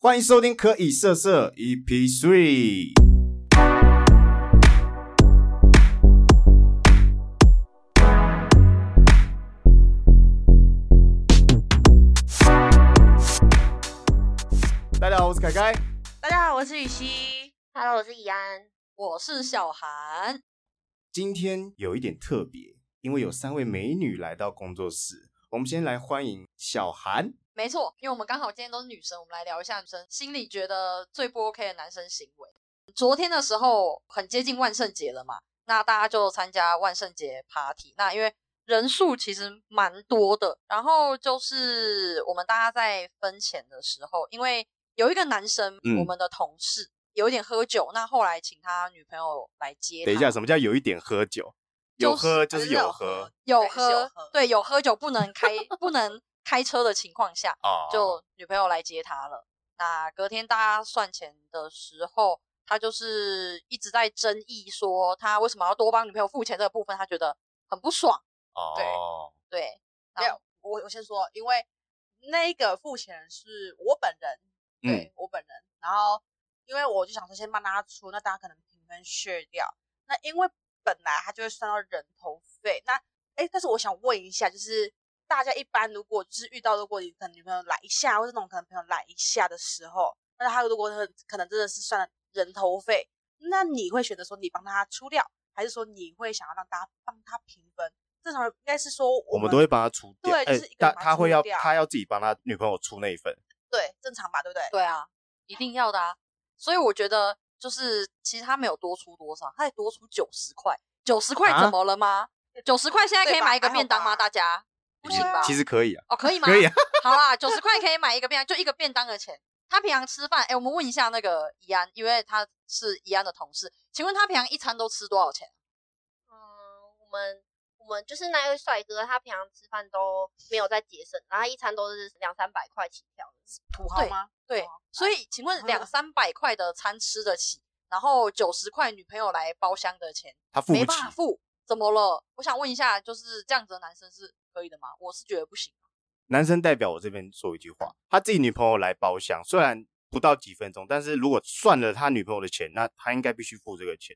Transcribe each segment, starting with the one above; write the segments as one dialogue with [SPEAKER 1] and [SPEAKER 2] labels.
[SPEAKER 1] 欢迎收听《可以色色 EP Three》。大家好，我是凯凯。
[SPEAKER 2] 大家好，我是雨熙，
[SPEAKER 3] Hello，我是怡安。
[SPEAKER 2] 我是小韩。
[SPEAKER 1] 今天有一点特别，因为有三位美女来到工作室。我们先来欢迎小韩。
[SPEAKER 2] 没错，因为我们刚好今天都是女生，我们来聊一下女生心里觉得最不 OK 的男生行为。昨天的时候很接近万圣节了嘛，那大家就参加万圣节 party。那因为人数其实蛮多的，然后就是我们大家在分钱的时候，因为有一个男生，
[SPEAKER 1] 嗯
[SPEAKER 2] 我们的同事有点喝酒，那后来请他女朋友来接他。
[SPEAKER 1] 等一下，什么叫有一点喝酒？有喝就是有喝
[SPEAKER 2] 有
[SPEAKER 3] 对是有
[SPEAKER 2] 喝
[SPEAKER 3] 喝，
[SPEAKER 2] 对，有喝酒不能开不能开车的情况下，
[SPEAKER 1] 哦，
[SPEAKER 2] 就女朋友来接他了。那隔天大家算钱的时候，他就是一直在争议说他为什么要多帮女朋友付钱这个部分，他觉得很不爽。
[SPEAKER 3] 对
[SPEAKER 1] 哦，
[SPEAKER 2] 对，
[SPEAKER 3] 没有，我我先说，因为那个付钱人是我本人，对、
[SPEAKER 1] 嗯，
[SPEAKER 3] 我本人。然后因为我就想说先帮大家出，那大家可能平分 share 掉。那因为本来他就会算到人头费。那哎，但是我想问一下，就是大家一般如果就是遇到如果你可能女朋友来一下，或者那种可能朋友来一下的时候，那他如果可能真的是算了人头费，那你会选择说你帮他出掉，还是说你会想要让大家帮他平分？正常应该是说
[SPEAKER 1] 我
[SPEAKER 2] 嗯
[SPEAKER 1] 们都会帮他出掉。
[SPEAKER 3] 对
[SPEAKER 1] 哎
[SPEAKER 3] 就是一个
[SPEAKER 1] 他
[SPEAKER 3] 把它
[SPEAKER 1] 他会
[SPEAKER 3] 出
[SPEAKER 1] 要
[SPEAKER 3] 掉
[SPEAKER 1] 他要自己帮他女朋友出那一份。
[SPEAKER 3] 对正常吧，对不对？
[SPEAKER 2] 对啊，一定要的啊。所以我觉得就是其实他没有多出多少，他也多出九十块，九十块
[SPEAKER 1] 啊
[SPEAKER 2] 怎么了吗？九十块现在可以
[SPEAKER 3] 对吧
[SPEAKER 2] 买一个
[SPEAKER 3] 还好
[SPEAKER 2] 便当吗？
[SPEAKER 3] 吧
[SPEAKER 2] 大家不行
[SPEAKER 3] 对啊
[SPEAKER 2] 吧？
[SPEAKER 1] 其实可以啊，
[SPEAKER 2] 哦，可以吗？
[SPEAKER 1] 可以啊。
[SPEAKER 2] 好啦，九十 块可以买一个便当，就一个便当的钱。他平常吃饭，哎、我们问一下那个怡安，因为他是怡安的同事，请问他平常一餐都吃多少钱？
[SPEAKER 4] 嗯，我们我们就是那位帅哥，他平常吃饭都没有在节省，然后他一餐都是两三百块起跳的。
[SPEAKER 3] 土豪
[SPEAKER 2] 对
[SPEAKER 3] 吗？
[SPEAKER 2] 对，
[SPEAKER 3] 哦
[SPEAKER 2] 所以请问
[SPEAKER 3] 嗯
[SPEAKER 2] 两三百块的餐吃得起，然后九十块女朋友来包厢的钱
[SPEAKER 1] 他付
[SPEAKER 2] 没
[SPEAKER 1] 不起
[SPEAKER 2] 办。法付，怎么了？我想问一下，就是这样子的男生是可以的吗？我是觉得不行。啊
[SPEAKER 1] 男生代表我这边说一句话，他自己女朋友来包厢，虽然不到几分钟，但是如果算了他女朋友的钱，那他应该必须付这个钱。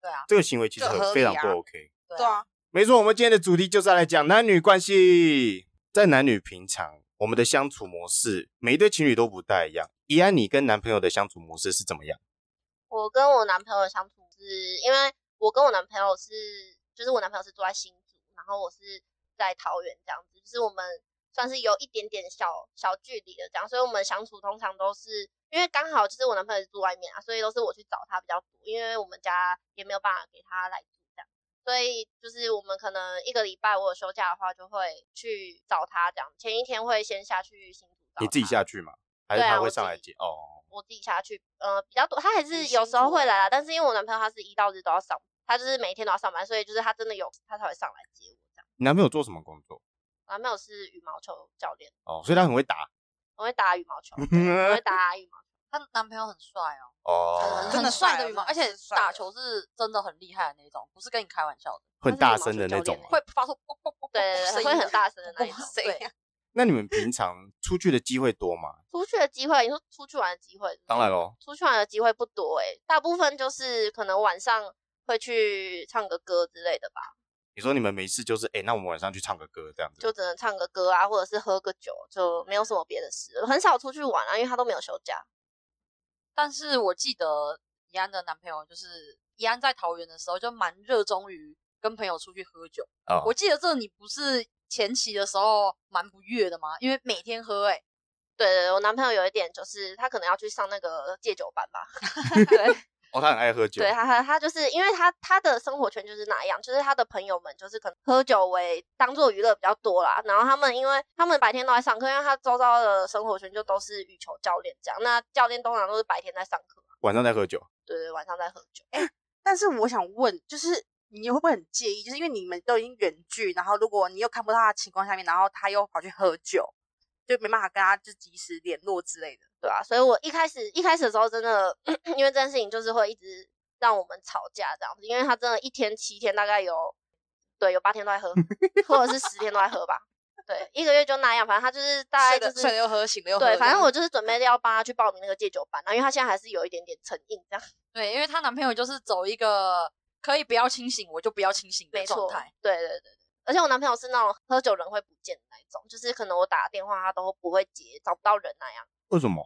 [SPEAKER 2] 对啊，
[SPEAKER 1] 这个行为其实
[SPEAKER 3] 这
[SPEAKER 1] 很
[SPEAKER 3] 合理
[SPEAKER 1] 非常不
[SPEAKER 3] 啊
[SPEAKER 1] OK。
[SPEAKER 2] 对
[SPEAKER 3] 对
[SPEAKER 2] 啊，
[SPEAKER 3] 啊，
[SPEAKER 1] 没错，我们今天的主题就是要来讲男女关系。在男女平常我们的相处模式，每一对情侣都不太一样。怡安，你跟男朋友的相处模式是怎么样？
[SPEAKER 4] 我跟我男朋友的相处是，因为我跟我男朋友是，就是我男朋友是住在新竹，然后我是在桃园这样子，就是我们算是有一点点小小距离的这样，所以我们相处通常都是因为刚好就是我男朋友是住外面啊，所以都是我去找他比较多，因为我们家也没有办法给他来住这样，所以就是我们可能一个礼拜我有休假的话，就会去找他这样，前一天会先下去新竹找
[SPEAKER 1] 你自己
[SPEAKER 4] 他
[SPEAKER 1] 下去吗？还是
[SPEAKER 4] 对啊
[SPEAKER 1] 他会
[SPEAKER 4] 我自
[SPEAKER 1] 上来
[SPEAKER 4] 己
[SPEAKER 1] 接？哦，
[SPEAKER 4] 我自己下去，呃，比较多。他还
[SPEAKER 3] 很
[SPEAKER 4] 是
[SPEAKER 3] 辛
[SPEAKER 4] 有时候
[SPEAKER 3] 苦
[SPEAKER 4] 会
[SPEAKER 3] 欸
[SPEAKER 4] 来啦，但是因为我男朋友他是一到日都要上，他就是每一天都要上班，所以就是他真的有他才会上来接我这样。
[SPEAKER 1] 你男朋友做什么工作？
[SPEAKER 4] 我男朋友是羽毛球教练，
[SPEAKER 1] 哦，所以他很会打。
[SPEAKER 4] 我会打羽毛球，对我会打羽毛球。
[SPEAKER 2] 她男朋友很帅哦，
[SPEAKER 1] 哦
[SPEAKER 5] 啊
[SPEAKER 2] 很
[SPEAKER 3] 真的
[SPEAKER 2] 很帅
[SPEAKER 3] 帅
[SPEAKER 2] 的
[SPEAKER 3] 哦
[SPEAKER 2] 羽毛，
[SPEAKER 3] 真的
[SPEAKER 2] 而且
[SPEAKER 3] 是帅
[SPEAKER 2] 打
[SPEAKER 3] 的
[SPEAKER 2] 球是真的很厉害的那种，不是跟你开玩笑的，
[SPEAKER 1] 很大声的那种吗。
[SPEAKER 4] 嗯
[SPEAKER 2] 会发出啵啵啵啵
[SPEAKER 4] 对 对
[SPEAKER 2] 声
[SPEAKER 4] 对，
[SPEAKER 2] 音啊
[SPEAKER 4] 会很大声的那一
[SPEAKER 2] 哇
[SPEAKER 4] 种。
[SPEAKER 2] 塞
[SPEAKER 4] 对，
[SPEAKER 1] 那你们平常出去的机会多吗？
[SPEAKER 4] 出去的机会，你说出去玩的机会，
[SPEAKER 1] 当然喽，
[SPEAKER 4] 出去玩的机会不多诶、大部分就是可能晚上会去唱个歌之类的吧，
[SPEAKER 1] 你说你们没事就是哎、诶那我们晚上去唱个歌这样子。
[SPEAKER 4] 就只能唱个歌啊，或者是喝个酒，就没有什么别的事，很少出去玩啊，因为他都没有休假。
[SPEAKER 2] 但是我记得怡安的男朋友就是怡安在桃园的时候就蛮热衷于跟朋友出去喝酒。
[SPEAKER 1] 啊
[SPEAKER 2] 我记得这你不是前期的时候蛮不悦的吗？因为每天喝、欸，哎，
[SPEAKER 4] 对对，对我男朋友有一点就是他可能要去上那个戒酒班吧，
[SPEAKER 1] 哦，他很爱喝酒。
[SPEAKER 4] 对他他他就是因为他他的生活圈就是那样，就是他的朋友们就是可能喝酒为当做娱乐比较多啦，然后他们因为他们白天都在上课，因为他周遭的生活圈就都是羽球教练这样，那教练通常都是白天在上课，
[SPEAKER 1] 晚上在喝酒。
[SPEAKER 4] 对对，晚上在喝酒。
[SPEAKER 3] 但是我想问，就是你会不会很介意？就是因为你们都已经远距，然后如果你又看不到他的情况下面，然后他又跑去喝酒，就没办法跟他就及时联络之类的。
[SPEAKER 4] 对啊，所以我一开始一开始的时候，真的 因为这件事情就是会一直让我们吵架这样子，因为他真的一天七天大概有对有八天都在喝，或者是十天都在喝吧。对，一个月就那样，反正他就是大概
[SPEAKER 2] 睡
[SPEAKER 4] 就
[SPEAKER 2] 的
[SPEAKER 4] 是
[SPEAKER 2] 睡了又喝，醒了又喝这
[SPEAKER 4] 对，
[SPEAKER 2] 样。
[SPEAKER 4] 反正我就是准备要帮他去报名那个戒酒班，然后因为他现在还是有一点点成瘾这样，
[SPEAKER 2] 对，因为她男朋友就是走一个可以不要清醒，我就不要清醒的
[SPEAKER 4] 没错
[SPEAKER 2] 状态。，
[SPEAKER 4] 对对对对，而且我男朋友是那种喝酒人会不见的那一种，就是可能我打电话他都不会接，找不到人那样，
[SPEAKER 1] 为什么？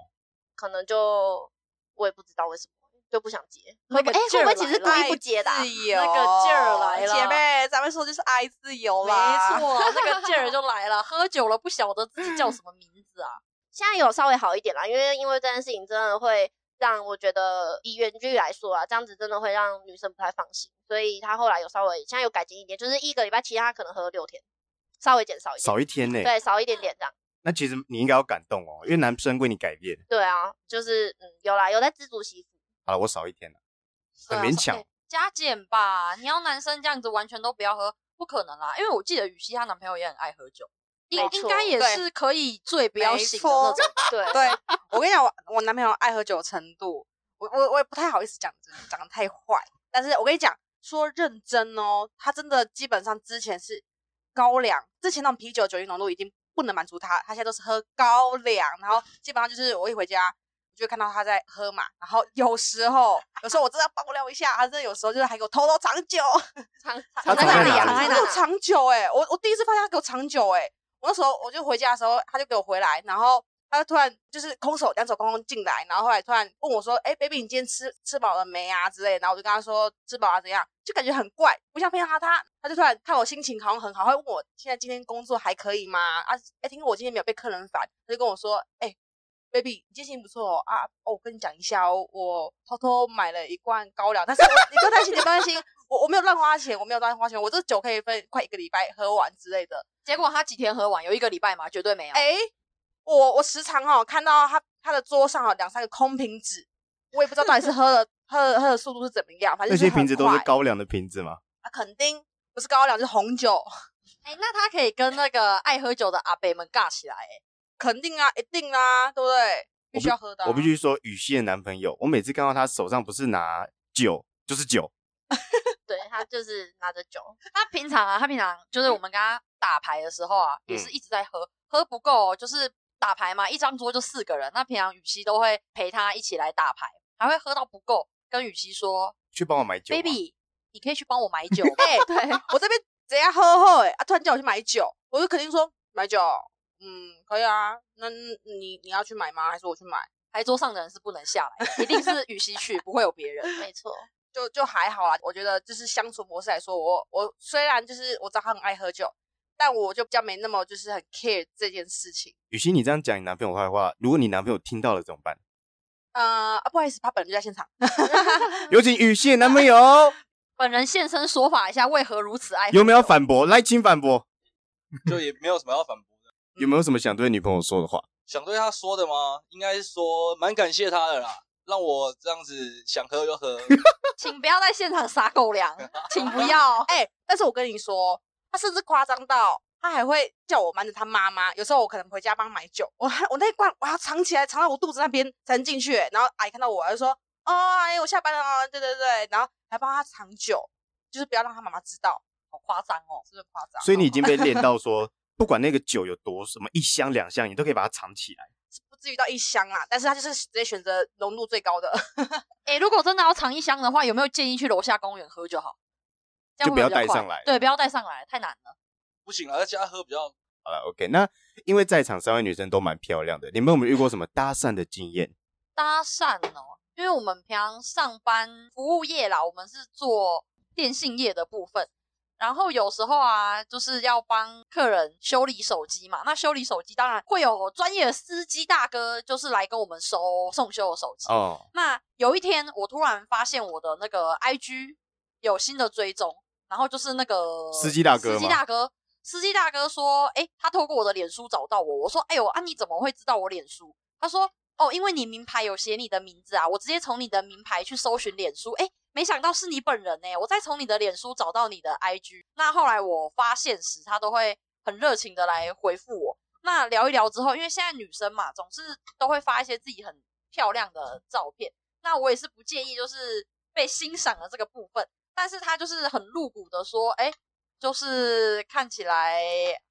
[SPEAKER 4] 可能就我也不知道为什么就不想接，
[SPEAKER 2] 那
[SPEAKER 4] 会不
[SPEAKER 2] 个
[SPEAKER 4] 哎、
[SPEAKER 2] 劲
[SPEAKER 4] 会不会
[SPEAKER 2] 儿
[SPEAKER 4] 其实故
[SPEAKER 2] 来
[SPEAKER 4] 意不接的啊、
[SPEAKER 5] 自由，
[SPEAKER 2] 那个劲儿来了
[SPEAKER 5] 姐妹，咱们说就是爱自由啦，
[SPEAKER 2] 没错，那个劲儿就来了。喝酒了不晓得自己叫什么名字啊？
[SPEAKER 4] 现在有稍微好一点啦，因为因为这件事情真的会让我觉得以远距来说啊，这样子真的会让女生不太放心，所以她后来有稍微现在有改进一点，就是一个礼拜其实她可能喝六天，稍微减少一点，
[SPEAKER 1] 少一天呢、
[SPEAKER 4] 对少一点点这样。
[SPEAKER 1] 那其实你应该要感动哦，因为男生为你改变。
[SPEAKER 4] 对啊，就是嗯有啦有在自主洗服，
[SPEAKER 1] 好了，我少一天了，很
[SPEAKER 2] 对啊
[SPEAKER 1] 勉
[SPEAKER 2] 说
[SPEAKER 1] 强
[SPEAKER 2] 哎加减吧，你要男生这样子完全都不要喝，不可能啦。因为我记得雨熙她男朋友也很爱喝酒，应
[SPEAKER 4] 没
[SPEAKER 2] 应
[SPEAKER 4] 错
[SPEAKER 2] 该也
[SPEAKER 5] 对
[SPEAKER 2] 是可以醉不要
[SPEAKER 5] 没
[SPEAKER 2] 醒的那
[SPEAKER 5] 错
[SPEAKER 2] 种。
[SPEAKER 4] 对
[SPEAKER 5] 对我跟你讲，我我男朋友爱喝酒的程度，我我我也不太好意思讲，讲的太坏。但是我跟你讲，说认真哦，他真的基本上之前是高粱，之前那种啤酒酒精浓度已经不能满足他，他现在都是喝高粱，然后基本上就是我一回家。我就会看到他在喝嘛，然后有时候，有时候我真的要爆料一下，他真的有时候就是还给我偷偷藏酒，
[SPEAKER 4] 藏
[SPEAKER 1] 她
[SPEAKER 4] 藏在哪里
[SPEAKER 1] 藏
[SPEAKER 4] 啊？
[SPEAKER 1] 在
[SPEAKER 4] 藏在哪
[SPEAKER 5] 他给我
[SPEAKER 4] 里？
[SPEAKER 5] 藏酒哎、我我第一次发现他给我藏酒哎、我那时候我就回家的时候，他就给我回来，然后他就突然就是空手两手空空进来，然后后来突然问我说：“哎、b a b y 你今天吃吃饱了没啊？”之类的，然后我就跟他说：“吃饱啊，怎样？”就感觉很怪，不像平常他，他就突然看我心情好像很好，他会问我现在今天工作还可以吗？啊，哎、听说我今天没有被客人烦，他就跟我说：“哎、b a b y 你今天心情不错哦啊！哦，我跟你讲一下哦，我偷偷买了一罐高粱，但是我你不用担心，你不用担心，我我没有乱花钱，我没有乱花钱，我这酒可以分快一个礼拜喝完之类的。
[SPEAKER 2] 结果他几天喝完，有一个礼拜嘛，绝对没有。
[SPEAKER 5] 哎、我我时常哦看到他他的桌上哦两三个空瓶子，我也不知道到底是喝了喝了喝的速度是怎么样，反正
[SPEAKER 1] 那
[SPEAKER 5] 就是
[SPEAKER 1] 些
[SPEAKER 5] 很
[SPEAKER 1] 瓶子都是
[SPEAKER 5] 快
[SPEAKER 1] 高粱的瓶子吗？
[SPEAKER 5] 啊，肯定不是高粱就是红酒，
[SPEAKER 2] 哎、那他可以跟那个爱喝酒的阿伯们尬起来、哎
[SPEAKER 5] 肯定啊，一定啊，对不对？必须要喝的、啊
[SPEAKER 1] 我必。须说，雨熙的男朋友，我每次看到他手上不是拿酒就是酒，
[SPEAKER 4] 对他就是拿着酒，
[SPEAKER 2] 他平常啊，他平常就是我们跟他打牌的时候啊，也
[SPEAKER 1] 嗯
[SPEAKER 2] 是一直在喝，喝不够、哦、就是打牌嘛，一张桌就四个人。那平常雨熙都会陪他一起来打牌，还会喝到不够，跟雨熙说
[SPEAKER 1] 去帮我买酒吧。
[SPEAKER 2] ：“baby，你可以去帮我买 酒。
[SPEAKER 5] 哎、
[SPEAKER 4] 对，
[SPEAKER 5] 我这边怎样喝喝哎、啊，突然叫我去买酒，我就肯定说买酒，嗯，可以啊，那你你要去买吗？还是我去买？”
[SPEAKER 2] 牌桌上的人是不能下来的，一定是雨熙去，不会有别人。
[SPEAKER 4] 没错，
[SPEAKER 5] 就就还好啦。我觉得就是相处模式来说，我我虽然就是我知道他很爱喝酒，但我就比较没那么就是很 care 这件事情。
[SPEAKER 1] 雨熙，你这样讲你男朋友坏话，如果你男朋友听到了怎么办？
[SPEAKER 5] 呃，啊，不好意思，他本人就在现场。
[SPEAKER 1] 有请雨熙的男朋友
[SPEAKER 2] 本人现身说法一下，为何如此爱喝酒？
[SPEAKER 1] 有没有反驳？来，请反驳。
[SPEAKER 6] 就也没有什么要反驳的。
[SPEAKER 1] 有没有什么想对女朋友说的话？
[SPEAKER 6] 想对他说的吗？应该是说蛮感谢他的啦，让我这样子想喝就 喝。
[SPEAKER 2] 请不要在现场撒狗粮，请不 要。
[SPEAKER 5] 哎、但是我跟你说，他甚至夸张到他还会叫我瞒着他妈妈。有时候我可能回家帮他买酒，我还我那一罐我要藏起来，藏到我肚子那边才能进去、欸然后阿姨看到我，她就说：“哦，阿姨，我下班了哦。”对对对，然后还帮他藏酒，就是不要让他妈妈知道。好夸张哦，是不是夸张？
[SPEAKER 1] 所以你已经被练到说，不管那个酒有多什么一箱两箱，你都可以把它藏起来。
[SPEAKER 5] 不至于到一箱啦，但是他就是直接选择浓度最高的。
[SPEAKER 2] 哎、如果真的要藏一箱的话，有没有建议去楼下公园喝就好？这样
[SPEAKER 1] 就
[SPEAKER 2] 会
[SPEAKER 1] 不要
[SPEAKER 2] 比较
[SPEAKER 1] 带
[SPEAKER 2] 快
[SPEAKER 1] 上来
[SPEAKER 2] 对，不要带上来，太难了。
[SPEAKER 6] 不行啊，在家喝比较
[SPEAKER 1] 好了，OK。那因为在场三位女生都蛮漂亮的，你们有没有遇过什么搭讪的经验？
[SPEAKER 2] 搭讪哦，因为我们平常上班服务业啦，我们是做电信业的部分，然后有时候啊，就是要帮客人修理手机嘛。那修理手机当然会有专业的司机大哥，就是来跟我们收送修的手机。
[SPEAKER 1] 哦，
[SPEAKER 2] 那有一天，我突然发现我的那个 IG 有新的追踪，然后就是那个
[SPEAKER 1] 司机大哥吗
[SPEAKER 2] 司机大哥，司机大哥说：“哎、他透过我的脸书找到我。”我说：“哎呦啊，你怎么会知道我脸书？”他说：“哦，因为你名牌有写你的名字啊，我直接从你的名牌去搜寻脸书，哎、没想到是你本人呢、我再从你的脸书找到你的 IG。那后来我发现时，他都会很热情的来回复我。那聊一聊之后，因为现在女生嘛，总是都会发一些自己很漂亮的照片。那我也是不介意，就是被欣赏的这个部分。但是他就是很露骨的说，哎、就是看起来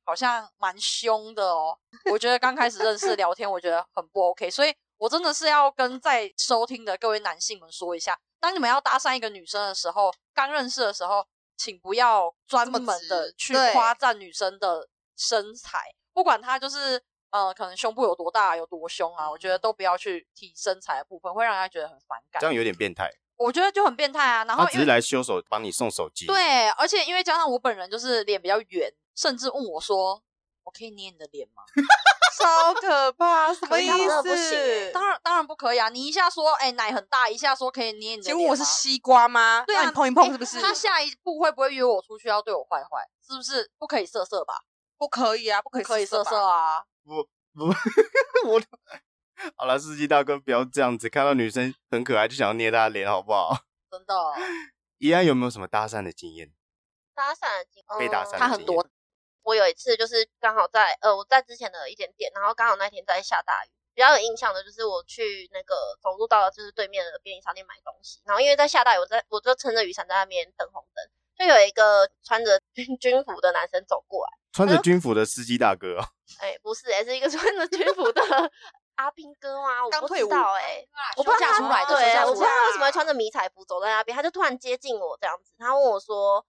[SPEAKER 2] 好像蛮凶的哦。我觉得刚开始认识聊天，我觉得很不 OK，所以我真的是要跟在收听的各位男性们说一下，当你们要搭讪一个女生的时候，刚认识的时候，请不要专门的去
[SPEAKER 5] 这么直对
[SPEAKER 2] 夸赞女生的身材，不管她就是呃可能胸部有多大、有多凶啊，我觉得都不要去提身材的部分，会让人家觉得很反感
[SPEAKER 1] 这。样有点变态。
[SPEAKER 2] 我觉得就很变态啊。然后
[SPEAKER 1] 他只
[SPEAKER 2] 因
[SPEAKER 1] 是
[SPEAKER 2] 为
[SPEAKER 1] 来修手，帮你送手机。，
[SPEAKER 2] 对，而且因为加上我本人就是脸比较圆，甚至问我说：“我可以捏你的脸吗
[SPEAKER 5] 超可怕，什
[SPEAKER 4] 可
[SPEAKER 5] 么
[SPEAKER 4] 是
[SPEAKER 5] 意
[SPEAKER 4] 他们真的不行
[SPEAKER 5] 思？”
[SPEAKER 4] 欸
[SPEAKER 2] 当然，当然不可以啊！你一下说“哎、奶很大”，一下说可以捏你的
[SPEAKER 5] 结
[SPEAKER 2] 脸吗，
[SPEAKER 5] 果我是西瓜吗？
[SPEAKER 2] 对
[SPEAKER 5] 让
[SPEAKER 2] 啊，
[SPEAKER 5] 你碰一碰
[SPEAKER 2] 哎
[SPEAKER 5] 是不是？
[SPEAKER 2] 他下一步会不会约我出去要对我坏坏？是不是不可以色色吧？
[SPEAKER 5] 不可以啊，不可
[SPEAKER 2] 不
[SPEAKER 5] 以
[SPEAKER 2] 可以色
[SPEAKER 5] 吧
[SPEAKER 2] 色啊！
[SPEAKER 1] 我好了，司机大哥不要这样子，看到女生很可爱就想要捏她的脸，好不好？
[SPEAKER 2] 真的，
[SPEAKER 1] 怡安有没有什么搭讪的经验？
[SPEAKER 4] 搭讪的经嗯
[SPEAKER 1] 被搭讪的经验
[SPEAKER 2] 他很多。
[SPEAKER 4] 我有一次就是刚好在呃我在之前的一间店，然后刚好那天在下大雨，比较有印象的就是我去那个走路到就是对面的便利商店买东西，然后因为在下大雨，我在我就撑着雨伞在那边等红灯，就有一个穿着军军服的男生走过来，
[SPEAKER 1] 穿
[SPEAKER 2] 嗯
[SPEAKER 1] 着军服的司机大哥哦，
[SPEAKER 4] 哎、不是、哎，是一个穿着军服的 阿兵哥吗？我
[SPEAKER 5] 刚
[SPEAKER 4] 不
[SPEAKER 5] 退
[SPEAKER 4] 知
[SPEAKER 5] 伍
[SPEAKER 4] 道哎、我不
[SPEAKER 2] 休
[SPEAKER 4] 知道
[SPEAKER 2] 假
[SPEAKER 4] 他
[SPEAKER 2] 出来的，休
[SPEAKER 4] 对
[SPEAKER 2] 假
[SPEAKER 4] 啊，
[SPEAKER 2] 出
[SPEAKER 4] 我不
[SPEAKER 2] 来
[SPEAKER 4] 知
[SPEAKER 2] 的
[SPEAKER 4] 道他为什么会穿着迷彩服走在那边，他就突然接近我这样子，他问我说：“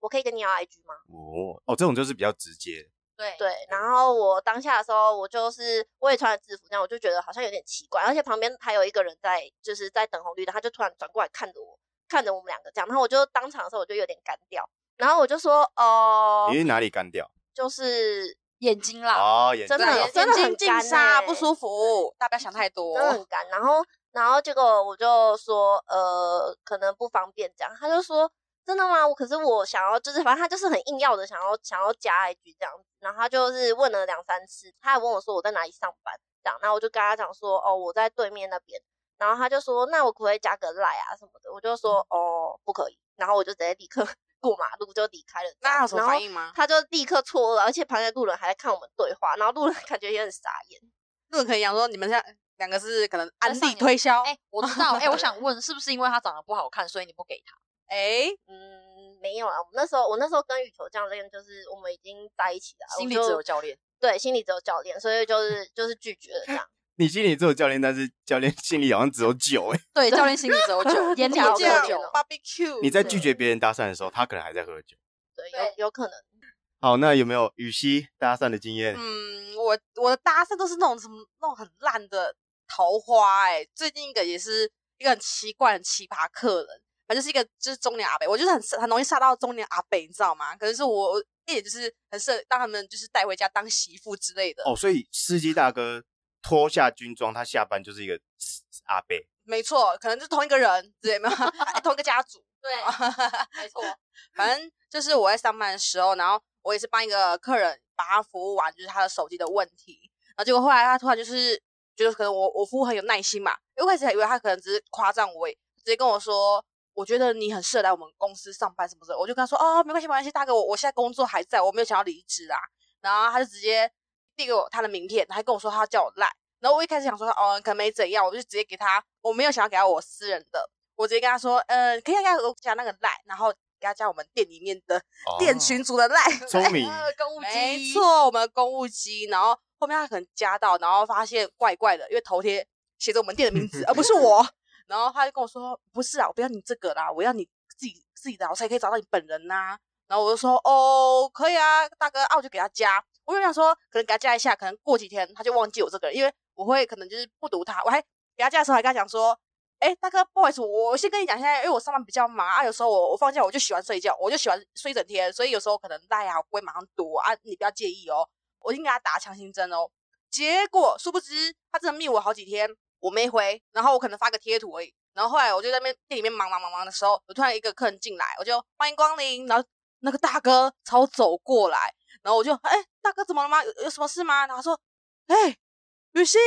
[SPEAKER 4] 我可以跟你要 IG 吗
[SPEAKER 1] 哦，哦，这种就是比较直接。
[SPEAKER 2] 对？”
[SPEAKER 4] 对，然后我当下的时候，我就是我也穿了制服，这样我就觉得好像有点奇怪，而且旁边还有一个人在就是在等红绿灯，他就突然转过来看着我，看着我们两个这样，然后我就当场的时候我就有点干掉，然后我就说：“哦、
[SPEAKER 1] 你是哪里干掉？
[SPEAKER 4] 就是
[SPEAKER 2] 眼睛啦，
[SPEAKER 1] 哦，眼
[SPEAKER 4] 真的
[SPEAKER 1] 睛
[SPEAKER 4] 有
[SPEAKER 1] 哦
[SPEAKER 4] 真的很
[SPEAKER 5] 眼睛
[SPEAKER 4] 干
[SPEAKER 5] 进沙
[SPEAKER 4] 欸
[SPEAKER 5] 啊不舒服，大家不要想太多
[SPEAKER 4] 真。的很干。然后，然后结果我就说，呃，可能不方便讲。他就说，真的吗？我可是我想要，就是反正他就是很硬要的，想要想要加一句这样子。然后他就是问了两三次，他还问我说我在哪里上班这样。然后我就跟他讲说，哦，我在对面那边。然后他就说，那我可不可以加个赖啊什么的？我就说，
[SPEAKER 5] 嗯
[SPEAKER 4] 哦，不可以。然后我就直接立刻 过马路就离开了这
[SPEAKER 5] 那他
[SPEAKER 4] 样
[SPEAKER 5] 有
[SPEAKER 4] 子。
[SPEAKER 5] 什么
[SPEAKER 4] 然后
[SPEAKER 5] 反应吗？
[SPEAKER 4] 他就立刻错愕，而且旁边的路人还在看我们对话，然后路人感觉也很傻眼。
[SPEAKER 5] 路人可以讲说你们现在两个是可能安
[SPEAKER 2] 上
[SPEAKER 5] 利
[SPEAKER 2] 你
[SPEAKER 5] 推销，
[SPEAKER 2] 哎、我知道，哎、我想问，是不是因为他长得不好看，所以你不给他？
[SPEAKER 5] 哎，
[SPEAKER 4] 嗯，没有啊，我们那时候我那时候跟羽球教练就是我们已经在一起了，啊我
[SPEAKER 2] 心里
[SPEAKER 4] 就
[SPEAKER 2] 只有教练，
[SPEAKER 4] 对，心里只有教练，所以就是就是拒绝了这样。
[SPEAKER 1] 你心里只有教练，但是教练心里好像只有酒哎。
[SPEAKER 2] 对，教练心里只有酒，眼里
[SPEAKER 4] 调
[SPEAKER 2] 有
[SPEAKER 4] 调
[SPEAKER 2] 喝酒
[SPEAKER 4] 调酒。
[SPEAKER 5] barbecue，
[SPEAKER 1] 你在拒绝别人搭讪的时候，他可能还在喝酒。
[SPEAKER 4] 对，
[SPEAKER 2] 对
[SPEAKER 4] 有有可能
[SPEAKER 1] 好，那有没有雨熙搭讪的经验？
[SPEAKER 5] 嗯，我我的搭讪都是那种什么那种很烂的桃花哎、最近一个也是一个很奇怪、很奇葩客人，反正就是一个就是中年阿伯，我就是很很容易吓到中年阿伯，你知道吗？可能是我我一点就是很适合让他们就是带回家当媳妇之类的。
[SPEAKER 1] 哦，所以司机大哥脱下军装，他下班就是一个阿伯。
[SPEAKER 5] 没错，可能就是同一个人，对吗？ 哎同一个家族，
[SPEAKER 2] 对，没错。
[SPEAKER 5] 反正就是我在上班的时候，然后我也是帮一个客人把他服务完，就是他的手机的问题。然后结果后来他突然就是觉得可能我我服务很有耐心嘛，因为我一开始还以为他可能只是夸赞我而已，直接跟我说。我觉得你很适合来我们公司上班什么的，我就跟他说哦，没关系，没关系，大哥，我我现在工作还在，我没有想要离职啊。然后他就直接递给我他的名片，还跟我说他叫我赖。然后我一开始想说哦，可能没怎样，我就直接给他，我没有想要给他我私人的，我直接跟他说，呃，可以加我加那个赖，然后给他加我们店里面的
[SPEAKER 1] 哦
[SPEAKER 5] 店群组的赖，
[SPEAKER 1] 聪明，
[SPEAKER 2] 呃，公务机，
[SPEAKER 5] 没，错，我们的公务机，然后后面他可能加到，然后发现怪怪的，因为头贴写着我们店的名字，而不是我，然后他就跟我说，不是啊，我不要你这个啦，我要你自己自己的，我才可以找到你本人呐、然后我就说，哦，可以啊，大哥，啊，我就给他加，我就想说，可能给他加一下，可能过几天他就忘记我这个人，因为我会可能就是不读他，我还给他加的时候还跟他讲说。哎，大哥，不好意思，我我先跟你讲一下，因为我上班比较忙啊，有时候我我放假我就喜欢睡觉，我就喜欢睡一整天，所以有时候可能赖啊，我不会马上读啊，你不要介意哦。我已经给他打强心针哦，结果殊不知他真的密我好几天，我没回，然后我可能发个贴图而已。然后后来我就在那边店里面忙忙忙忙的时候，有突然一个客人进来，我就欢迎光临，然后那个大哥朝走过来，然后我就哎、大哥怎么了吗？有有什么事吗？然后他说哎、雨欣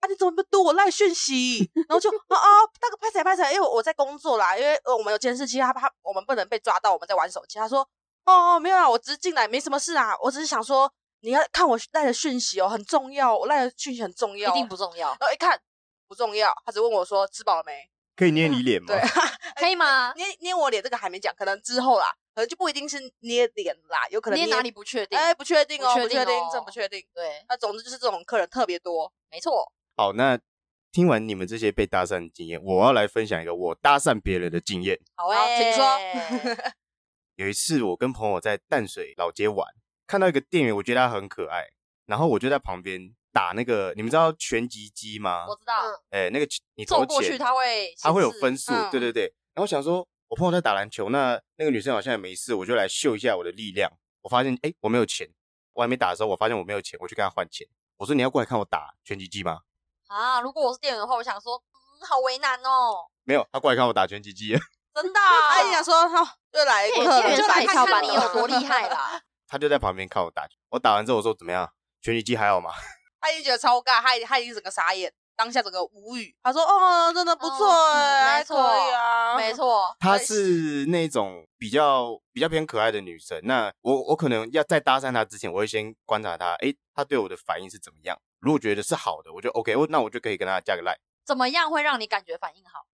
[SPEAKER 5] 啊你怎么不读我赖讯息？然后就啊啊大哥拍谁拍谁，因为我在工作啦，因为呃我们有监视器，他怕我们不能被抓到我们在玩手机。他说哦哦没有啊，我只是进来没什么事啊，我只是想说你要看我赖的讯息哦，很重要，我赖的讯息很重
[SPEAKER 2] 一
[SPEAKER 5] 要，哦
[SPEAKER 2] 定不重要，
[SPEAKER 5] 然后一看不重要，他只问我说吃饱了没？
[SPEAKER 1] 可以捏你脸吗
[SPEAKER 5] 对？
[SPEAKER 2] 可以吗？
[SPEAKER 5] 捏捏我脸这个还没讲，可能之后啦。可能就不一定是捏脸啦，有可能
[SPEAKER 2] 你也
[SPEAKER 5] 捏
[SPEAKER 2] 哪里不确定？
[SPEAKER 5] 哎不确定
[SPEAKER 2] 不
[SPEAKER 5] 哦，
[SPEAKER 2] 确
[SPEAKER 5] 不
[SPEAKER 2] 定
[SPEAKER 5] 确定
[SPEAKER 2] 哦，
[SPEAKER 5] 真不确定。
[SPEAKER 2] 对，
[SPEAKER 5] 那总之就是这种客人特别多，
[SPEAKER 2] 没错，
[SPEAKER 1] 好，那听完你们这些被搭讪的经验，我要来分享一个我搭讪别人的经验。
[SPEAKER 2] 好
[SPEAKER 5] 好
[SPEAKER 2] 哎，
[SPEAKER 5] 请
[SPEAKER 2] 请说。
[SPEAKER 5] 说。
[SPEAKER 1] 有一次，我跟朋友在淡水老街玩，看到一个店员，我觉得他很可爱，然后我就在旁边打那个，你们知道拳击机吗
[SPEAKER 2] 我？知道，
[SPEAKER 4] 嗯
[SPEAKER 1] 哎、那个你投
[SPEAKER 2] 走过去
[SPEAKER 1] 钱，
[SPEAKER 2] 他会
[SPEAKER 1] 它会有
[SPEAKER 2] 显示
[SPEAKER 1] 分数，
[SPEAKER 5] 嗯
[SPEAKER 1] 对对对。然后想说，我朋友在打篮球，那那个女生好像也没事，我就来秀一下我的力量。我发现，哎、我没有钱，我还没打的时候，我发现我没有钱，我去跟她换钱。我说你要过来看我打拳击机吗？
[SPEAKER 2] 啊。如果我是店员的话，我想说，嗯，好为难哦，
[SPEAKER 1] 没有，她过来看我打拳击机，
[SPEAKER 2] 真的啊。
[SPEAKER 5] 哎，你想说，好，又来一个
[SPEAKER 4] 店
[SPEAKER 5] 客
[SPEAKER 4] 店
[SPEAKER 5] 人，
[SPEAKER 4] 员
[SPEAKER 2] 就
[SPEAKER 4] 甩
[SPEAKER 2] 来
[SPEAKER 4] 跳
[SPEAKER 2] 看
[SPEAKER 4] 板
[SPEAKER 2] 看
[SPEAKER 4] 的
[SPEAKER 2] 你
[SPEAKER 4] 吗
[SPEAKER 2] 有多厉害啦。
[SPEAKER 1] 她就在旁边看我打。我打完之后，我说怎么样？拳击机还好吗？
[SPEAKER 5] 他已经觉得超尬，他已他已经整个傻眼，当下整个无语。他说：“哦，真的不错
[SPEAKER 2] 哦嗯
[SPEAKER 5] 哎、
[SPEAKER 2] 没
[SPEAKER 5] 还可以啊，
[SPEAKER 2] 没错，
[SPEAKER 1] 她是那种比较比较偏可爱的女生。那我我可能要在搭讪她之前，我会先观察她，诶，她对我的反应是怎么样。如果觉得是好的，我就 OK，我那我就可以跟她加个 line
[SPEAKER 2] 怎么样会让你感觉反应好？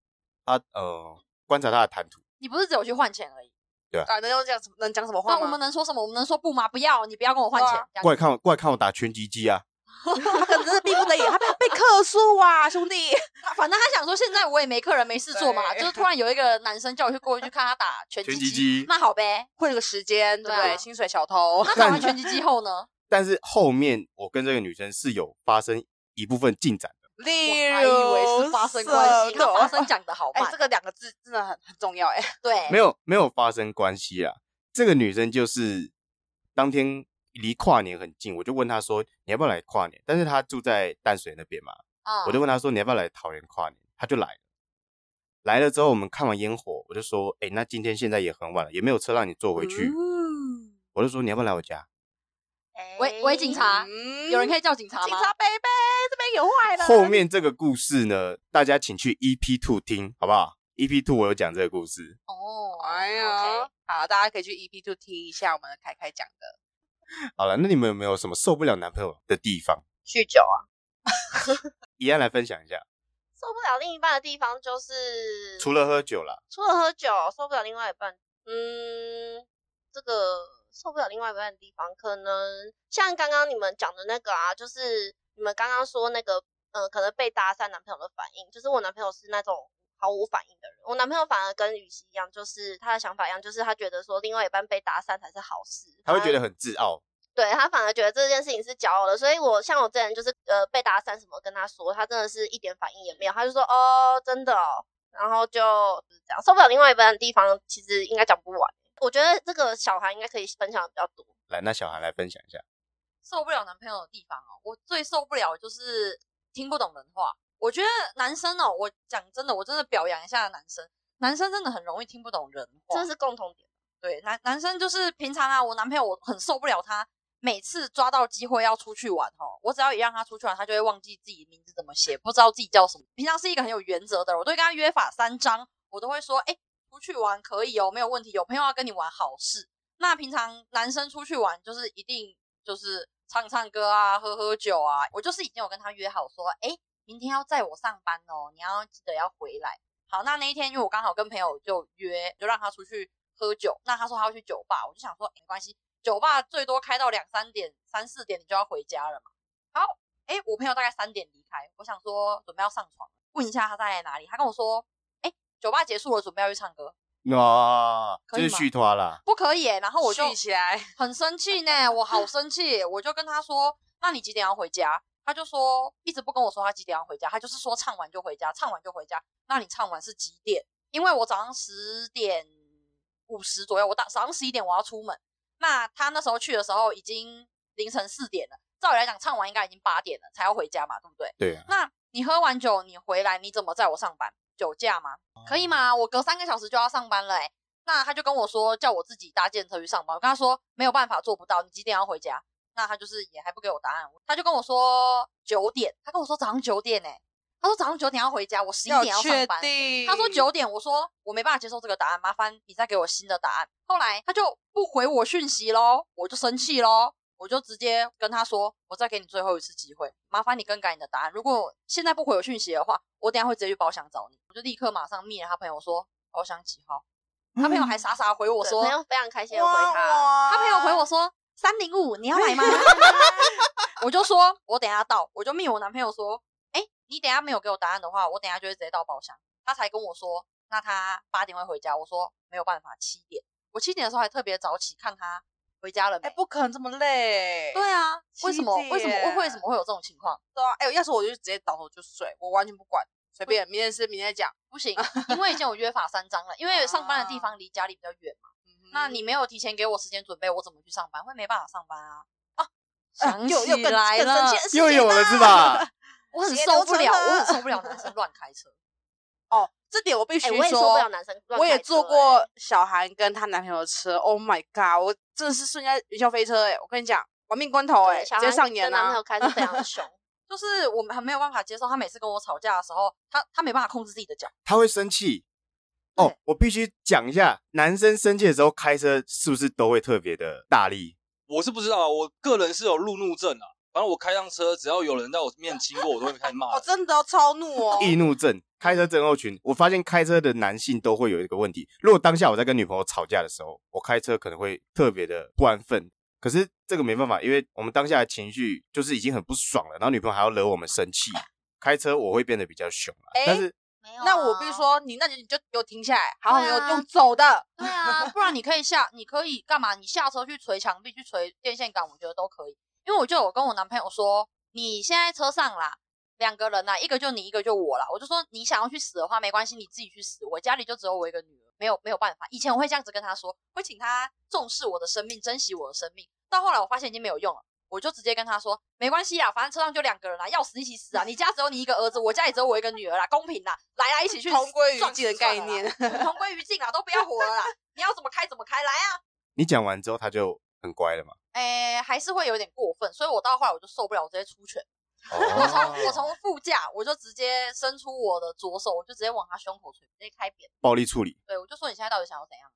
[SPEAKER 1] 她呃，观察她的谈吐。
[SPEAKER 2] 你不是只有去换钱而已，
[SPEAKER 5] 啊，能用讲什么能讲什
[SPEAKER 2] 那
[SPEAKER 5] 么话
[SPEAKER 2] 我们
[SPEAKER 5] 吗？
[SPEAKER 2] 能说什么？我们能说不吗？不要，你不要跟我换钱
[SPEAKER 5] 对啊。
[SPEAKER 2] 这样
[SPEAKER 1] 过来看我，过来看我打拳击机啊！
[SPEAKER 5] 他可能真是逼不得已，他被 被克诉啊，兄弟。
[SPEAKER 2] 啊反正他想说，现在我也没客人，没事做嘛，
[SPEAKER 5] 对
[SPEAKER 2] 就是突然有一个男生叫我去过去看他打拳击
[SPEAKER 1] 拳击机
[SPEAKER 2] 那好呗。
[SPEAKER 5] 混个时间，对不
[SPEAKER 2] 对啊
[SPEAKER 5] 对？薪水小 偷，
[SPEAKER 2] 那打完拳击机后呢？
[SPEAKER 1] 但是后面我跟这个女生是有发生一部分进展的，
[SPEAKER 5] 例
[SPEAKER 2] 我
[SPEAKER 5] 如
[SPEAKER 2] 还以为是发生关系，
[SPEAKER 5] 哎什么
[SPEAKER 2] 他发生讲的好
[SPEAKER 5] 哎、
[SPEAKER 2] 慢。
[SPEAKER 5] 这个两个字真的很很重要哎、
[SPEAKER 2] 对，
[SPEAKER 1] 没有没有发生关系啊。这个女生就是当天离跨年很近，我就问她说你要不要来跨年？但是她住在淡水那边嘛，
[SPEAKER 2] 啊
[SPEAKER 1] 我就问她说你要不要来桃园跨年？她就来了。来了之后，我们看完烟火，我就说，哎、那今天现在也很晚了，也没有车让你坐回去。
[SPEAKER 5] 嗯
[SPEAKER 1] 我就说你要不要来我家？
[SPEAKER 4] 哎
[SPEAKER 2] 喂喂，警察，
[SPEAKER 5] 嗯
[SPEAKER 2] 有人可以叫警察吗？
[SPEAKER 5] 警察贝贝这边有坏人，
[SPEAKER 1] 后面这个故事呢，大家请去 EP Two 听，好不好？EP Two 我有讲这个故事。
[SPEAKER 2] 哦，
[SPEAKER 5] 哎呀
[SPEAKER 2] OK，
[SPEAKER 5] 好，大家可以去 EP two 听一下我们的凯凯讲的。
[SPEAKER 1] 好了，那你们有没有什么受不了男朋友的地方？
[SPEAKER 4] 酗酒啊，
[SPEAKER 1] 怡安来分享一下，
[SPEAKER 4] 受不了另一半的地方
[SPEAKER 2] 嗯
[SPEAKER 4] 就是
[SPEAKER 1] 除了喝酒啦，
[SPEAKER 4] 除了喝酒，受不了另外一半，嗯，这个受不了另外一半的地方，可能像刚刚你们讲的那个啊，就是你们刚刚说那个，呃，可能被搭讪男朋友的反应，就是我男朋友是那种毫无反应的人，我男朋友反而跟雨熙一样，就是他的想法一样，就是他觉得说另外一半被搭讪才是好事，
[SPEAKER 1] 他会觉得
[SPEAKER 2] 啊
[SPEAKER 1] 很自傲。
[SPEAKER 4] 对他反而觉得这件事情是骄傲的，所以我像我之前就是呃被搭讪什么跟他说，他真的是一点反应也没有，他就说哦真的哦，然后就是这样受不了另外一半的地方，其实应该讲不完。我觉得这个小孩应该可以分享的比较多，
[SPEAKER 1] 来，那小韩来分享一下，
[SPEAKER 2] 受不了男朋友的地方哦，我最受不了就是听不懂人话。我觉得男生哦，我讲真的，我真的表扬一下男生，男生真的很容易听不懂人话。
[SPEAKER 4] 这是共同点。
[SPEAKER 2] 对，男男生就是平常啊，我男朋友我很受不了他，每次抓到机会要出去玩哦，我只要一让他出去玩，他就会忘记自己名字怎么写，不知道自己叫什么。平常是一个很有原则的人，我都会跟他约法三章，我都会说，哎，出去玩可以哦，没有问题，有朋友要跟你玩好事。那平常男生出去玩就是一定就是唱唱歌啊，喝喝酒啊，我就是已经有跟他约好说，哎，明天要载我上班哦，你要记得要回来。好，那那一天因为我刚好跟朋友就约，就让他出去喝酒。那他说他要去酒吧，我就想说、诶没关系，酒吧最多开到两三点、三四点，你就要回家了嘛。好，哎、我朋友大概三点离开，我想说准备要上床，问一下他在哪里。他跟我说，哎、酒吧结束了，准备要去唱歌，
[SPEAKER 1] 哇，
[SPEAKER 2] 可
[SPEAKER 1] 这
[SPEAKER 2] 以
[SPEAKER 1] 是
[SPEAKER 2] 吗
[SPEAKER 1] 续拖啦。
[SPEAKER 2] 不可以、然后我就
[SPEAKER 5] 续起来，
[SPEAKER 2] 很生气呢，我好生气，我就跟他说，那你几点要回家？他就说一直不跟我说他几点要回家，他就是说唱完就回家，唱完就回家。那你唱完是几点？因为我早上十点五十左右，我到早上十一点我要出门。那他那时候去的时候已经凌晨四点了，照理来讲唱完应该已经八点了才要回家嘛，对不对？
[SPEAKER 1] 对啊，
[SPEAKER 2] 那你喝完酒你回来，你怎么载我上班？酒驾吗？可以吗？我隔三个小时就要上班了、欸，那他就跟我说叫我自己搭电车去上班，我跟他说没有办法做不到，你几点要回家？那他就是也还不给我答案，他就跟我说九点，他跟我说早上九点呢、他说早上九点要回家，我十一点要上
[SPEAKER 5] 确
[SPEAKER 2] 班，
[SPEAKER 5] 定。
[SPEAKER 2] 他说九点，我说我没办法接受这个答案，麻烦你再给我新的答案。后来他就不回我讯息喽，我就生气喽，我就直接跟他说，我再给你最后一次机会，麻烦你更改你的答案。如果现在不回我讯息的话，我等一下会直接去包厢找你。我就立刻马上密了他朋友说包厢几号，他朋友还傻傻地回我
[SPEAKER 4] 我
[SPEAKER 2] 说
[SPEAKER 4] 朋，友非常开心的回他，
[SPEAKER 2] 他朋友
[SPEAKER 5] 啊
[SPEAKER 2] 回我说三零五你要来吗？ 我就说我等一下到，我就命我男朋友说，哎、你等一下没有给我答案的话，我等一下就会直接到包厢。他才跟我说，那他八点会回家。我说没有办法，七点。我七点的时候还特别早起看他回家了没。
[SPEAKER 5] 哎，不可能这么累。
[SPEAKER 2] 对啊，为什么
[SPEAKER 5] 七点
[SPEAKER 2] 为什么为为什么会有这种情况？
[SPEAKER 5] 对啊，哎，要是我就直接倒头就睡，我完全不管，随便，明天是明天再讲。
[SPEAKER 2] 不行，因为以前我约法三章了，因为上班
[SPEAKER 5] 啊
[SPEAKER 2] 的地方离家里比较远嘛。
[SPEAKER 5] 嗯
[SPEAKER 2] 那你没有提前给我时间准备，我怎么去上班？会没办法上班啊！
[SPEAKER 5] 哎
[SPEAKER 2] 想
[SPEAKER 5] 又又
[SPEAKER 2] 起
[SPEAKER 5] 更
[SPEAKER 2] 来
[SPEAKER 5] 更生气
[SPEAKER 2] 了
[SPEAKER 5] 的事
[SPEAKER 1] 又
[SPEAKER 5] 情
[SPEAKER 1] 有了
[SPEAKER 5] 啦
[SPEAKER 1] 是吧？
[SPEAKER 2] 我很
[SPEAKER 5] 血
[SPEAKER 2] 受
[SPEAKER 5] 流
[SPEAKER 2] 不
[SPEAKER 5] 成
[SPEAKER 2] 了，啊
[SPEAKER 5] 河
[SPEAKER 2] 我很受不了男生乱开车。
[SPEAKER 5] 哦，这点我必须
[SPEAKER 4] 哎，我也受不了男生乱
[SPEAKER 5] 我也
[SPEAKER 4] 开车欸
[SPEAKER 5] 坐过小韩跟她男朋友的车，Oh my god！我真的是瞬间云霄飞车哎、我跟你讲，亡命关头哎、
[SPEAKER 4] 对小
[SPEAKER 5] 直接
[SPEAKER 4] 孩
[SPEAKER 5] 上演
[SPEAKER 4] 跟男朋
[SPEAKER 5] 啊
[SPEAKER 4] 友！开是非常 的凶，
[SPEAKER 2] 就是我们很没有办法接受，他每次跟我吵架的时候，他他没办法控制自己的脚，
[SPEAKER 1] 他会生气。哦
[SPEAKER 2] 对，
[SPEAKER 1] 我必须讲一下，男生生气的时候开车是不是都会特别的大力？
[SPEAKER 6] 我是不知道啊，我个人是有路怒症啊。反正我开上车，只要有人在我面经过，我都会开始骂
[SPEAKER 5] 哦，
[SPEAKER 6] 人。
[SPEAKER 5] 真的哦超 怒哦！
[SPEAKER 1] 易怒症，开车症候群。我发现开车的男性都会有一个问题，如果当下我在跟女朋友吵架的时候，我开车可能会特别的不安分。可是这个没办法，因为我们当下的情绪就是已经很不爽了，然后女朋友还要惹我们生气，开车我会变得比较凶啊。
[SPEAKER 5] 哎
[SPEAKER 1] 但是
[SPEAKER 4] 没有啊。
[SPEAKER 5] 那我必须说，你那你就给我停下来，好好
[SPEAKER 2] 对
[SPEAKER 5] 有
[SPEAKER 2] 啊
[SPEAKER 5] 用走的。
[SPEAKER 2] 对啊，不然你可以下，你可以干嘛？你下车去捶墙壁、去捶电线杆，我觉得都可以。因为我就有跟我男朋友说，你现在车上啦，两个人啦，啊一个就你，一个就我啦。我就说你想要去死的话，没关系，你自己去死。我家里就只有我一个女儿，没有没有办法。以前我会这样子跟他说，会请他重视我的生命，珍惜我的生命。到后来我发现已经没有用了。我就直接跟他说，没关系啦，啊反正车上就两个人啦，要死一起死啊！你家只有你一个儿子，我家也只有我一个女儿啦，公平啦，来啊，一起去
[SPEAKER 5] 同归于
[SPEAKER 2] 撞
[SPEAKER 5] 尽的
[SPEAKER 2] 死算
[SPEAKER 5] 概
[SPEAKER 2] 了啦
[SPEAKER 5] 念
[SPEAKER 2] 我们同归于尽啦，都不要活了啦，你要怎么开怎么开，来啊！
[SPEAKER 1] 你讲完之后，他就很乖了嘛。
[SPEAKER 2] 哎、还是会有点过分，所以我到后来我就受不了，我直接出拳。我从
[SPEAKER 1] 哦，
[SPEAKER 2] 我从副驾，我就直接伸出我的左手，我就直接往他胸口捶，直接开扁。
[SPEAKER 1] 暴力处理。
[SPEAKER 2] 对，我就说你现在到底想要怎样啊？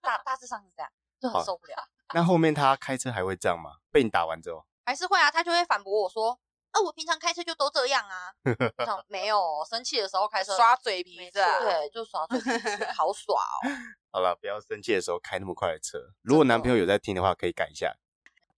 [SPEAKER 2] 大大致上是这样，就很
[SPEAKER 1] 好
[SPEAKER 2] 受不了。
[SPEAKER 1] 那后面他开车还会这样吗？被你打完之后，
[SPEAKER 2] 还是会啊，他就会反驳我说：“啊，我平常开车就都这样 啊。”我想没有哦，生气的时候开车
[SPEAKER 5] 刷嘴
[SPEAKER 2] 没
[SPEAKER 5] 皮子
[SPEAKER 2] 错
[SPEAKER 5] 啊，
[SPEAKER 2] 对，就耍嘴皮，好耍哦。
[SPEAKER 1] 好了，不要生气的时候开那么快的车。如果男朋友有在听的话，可以改一下。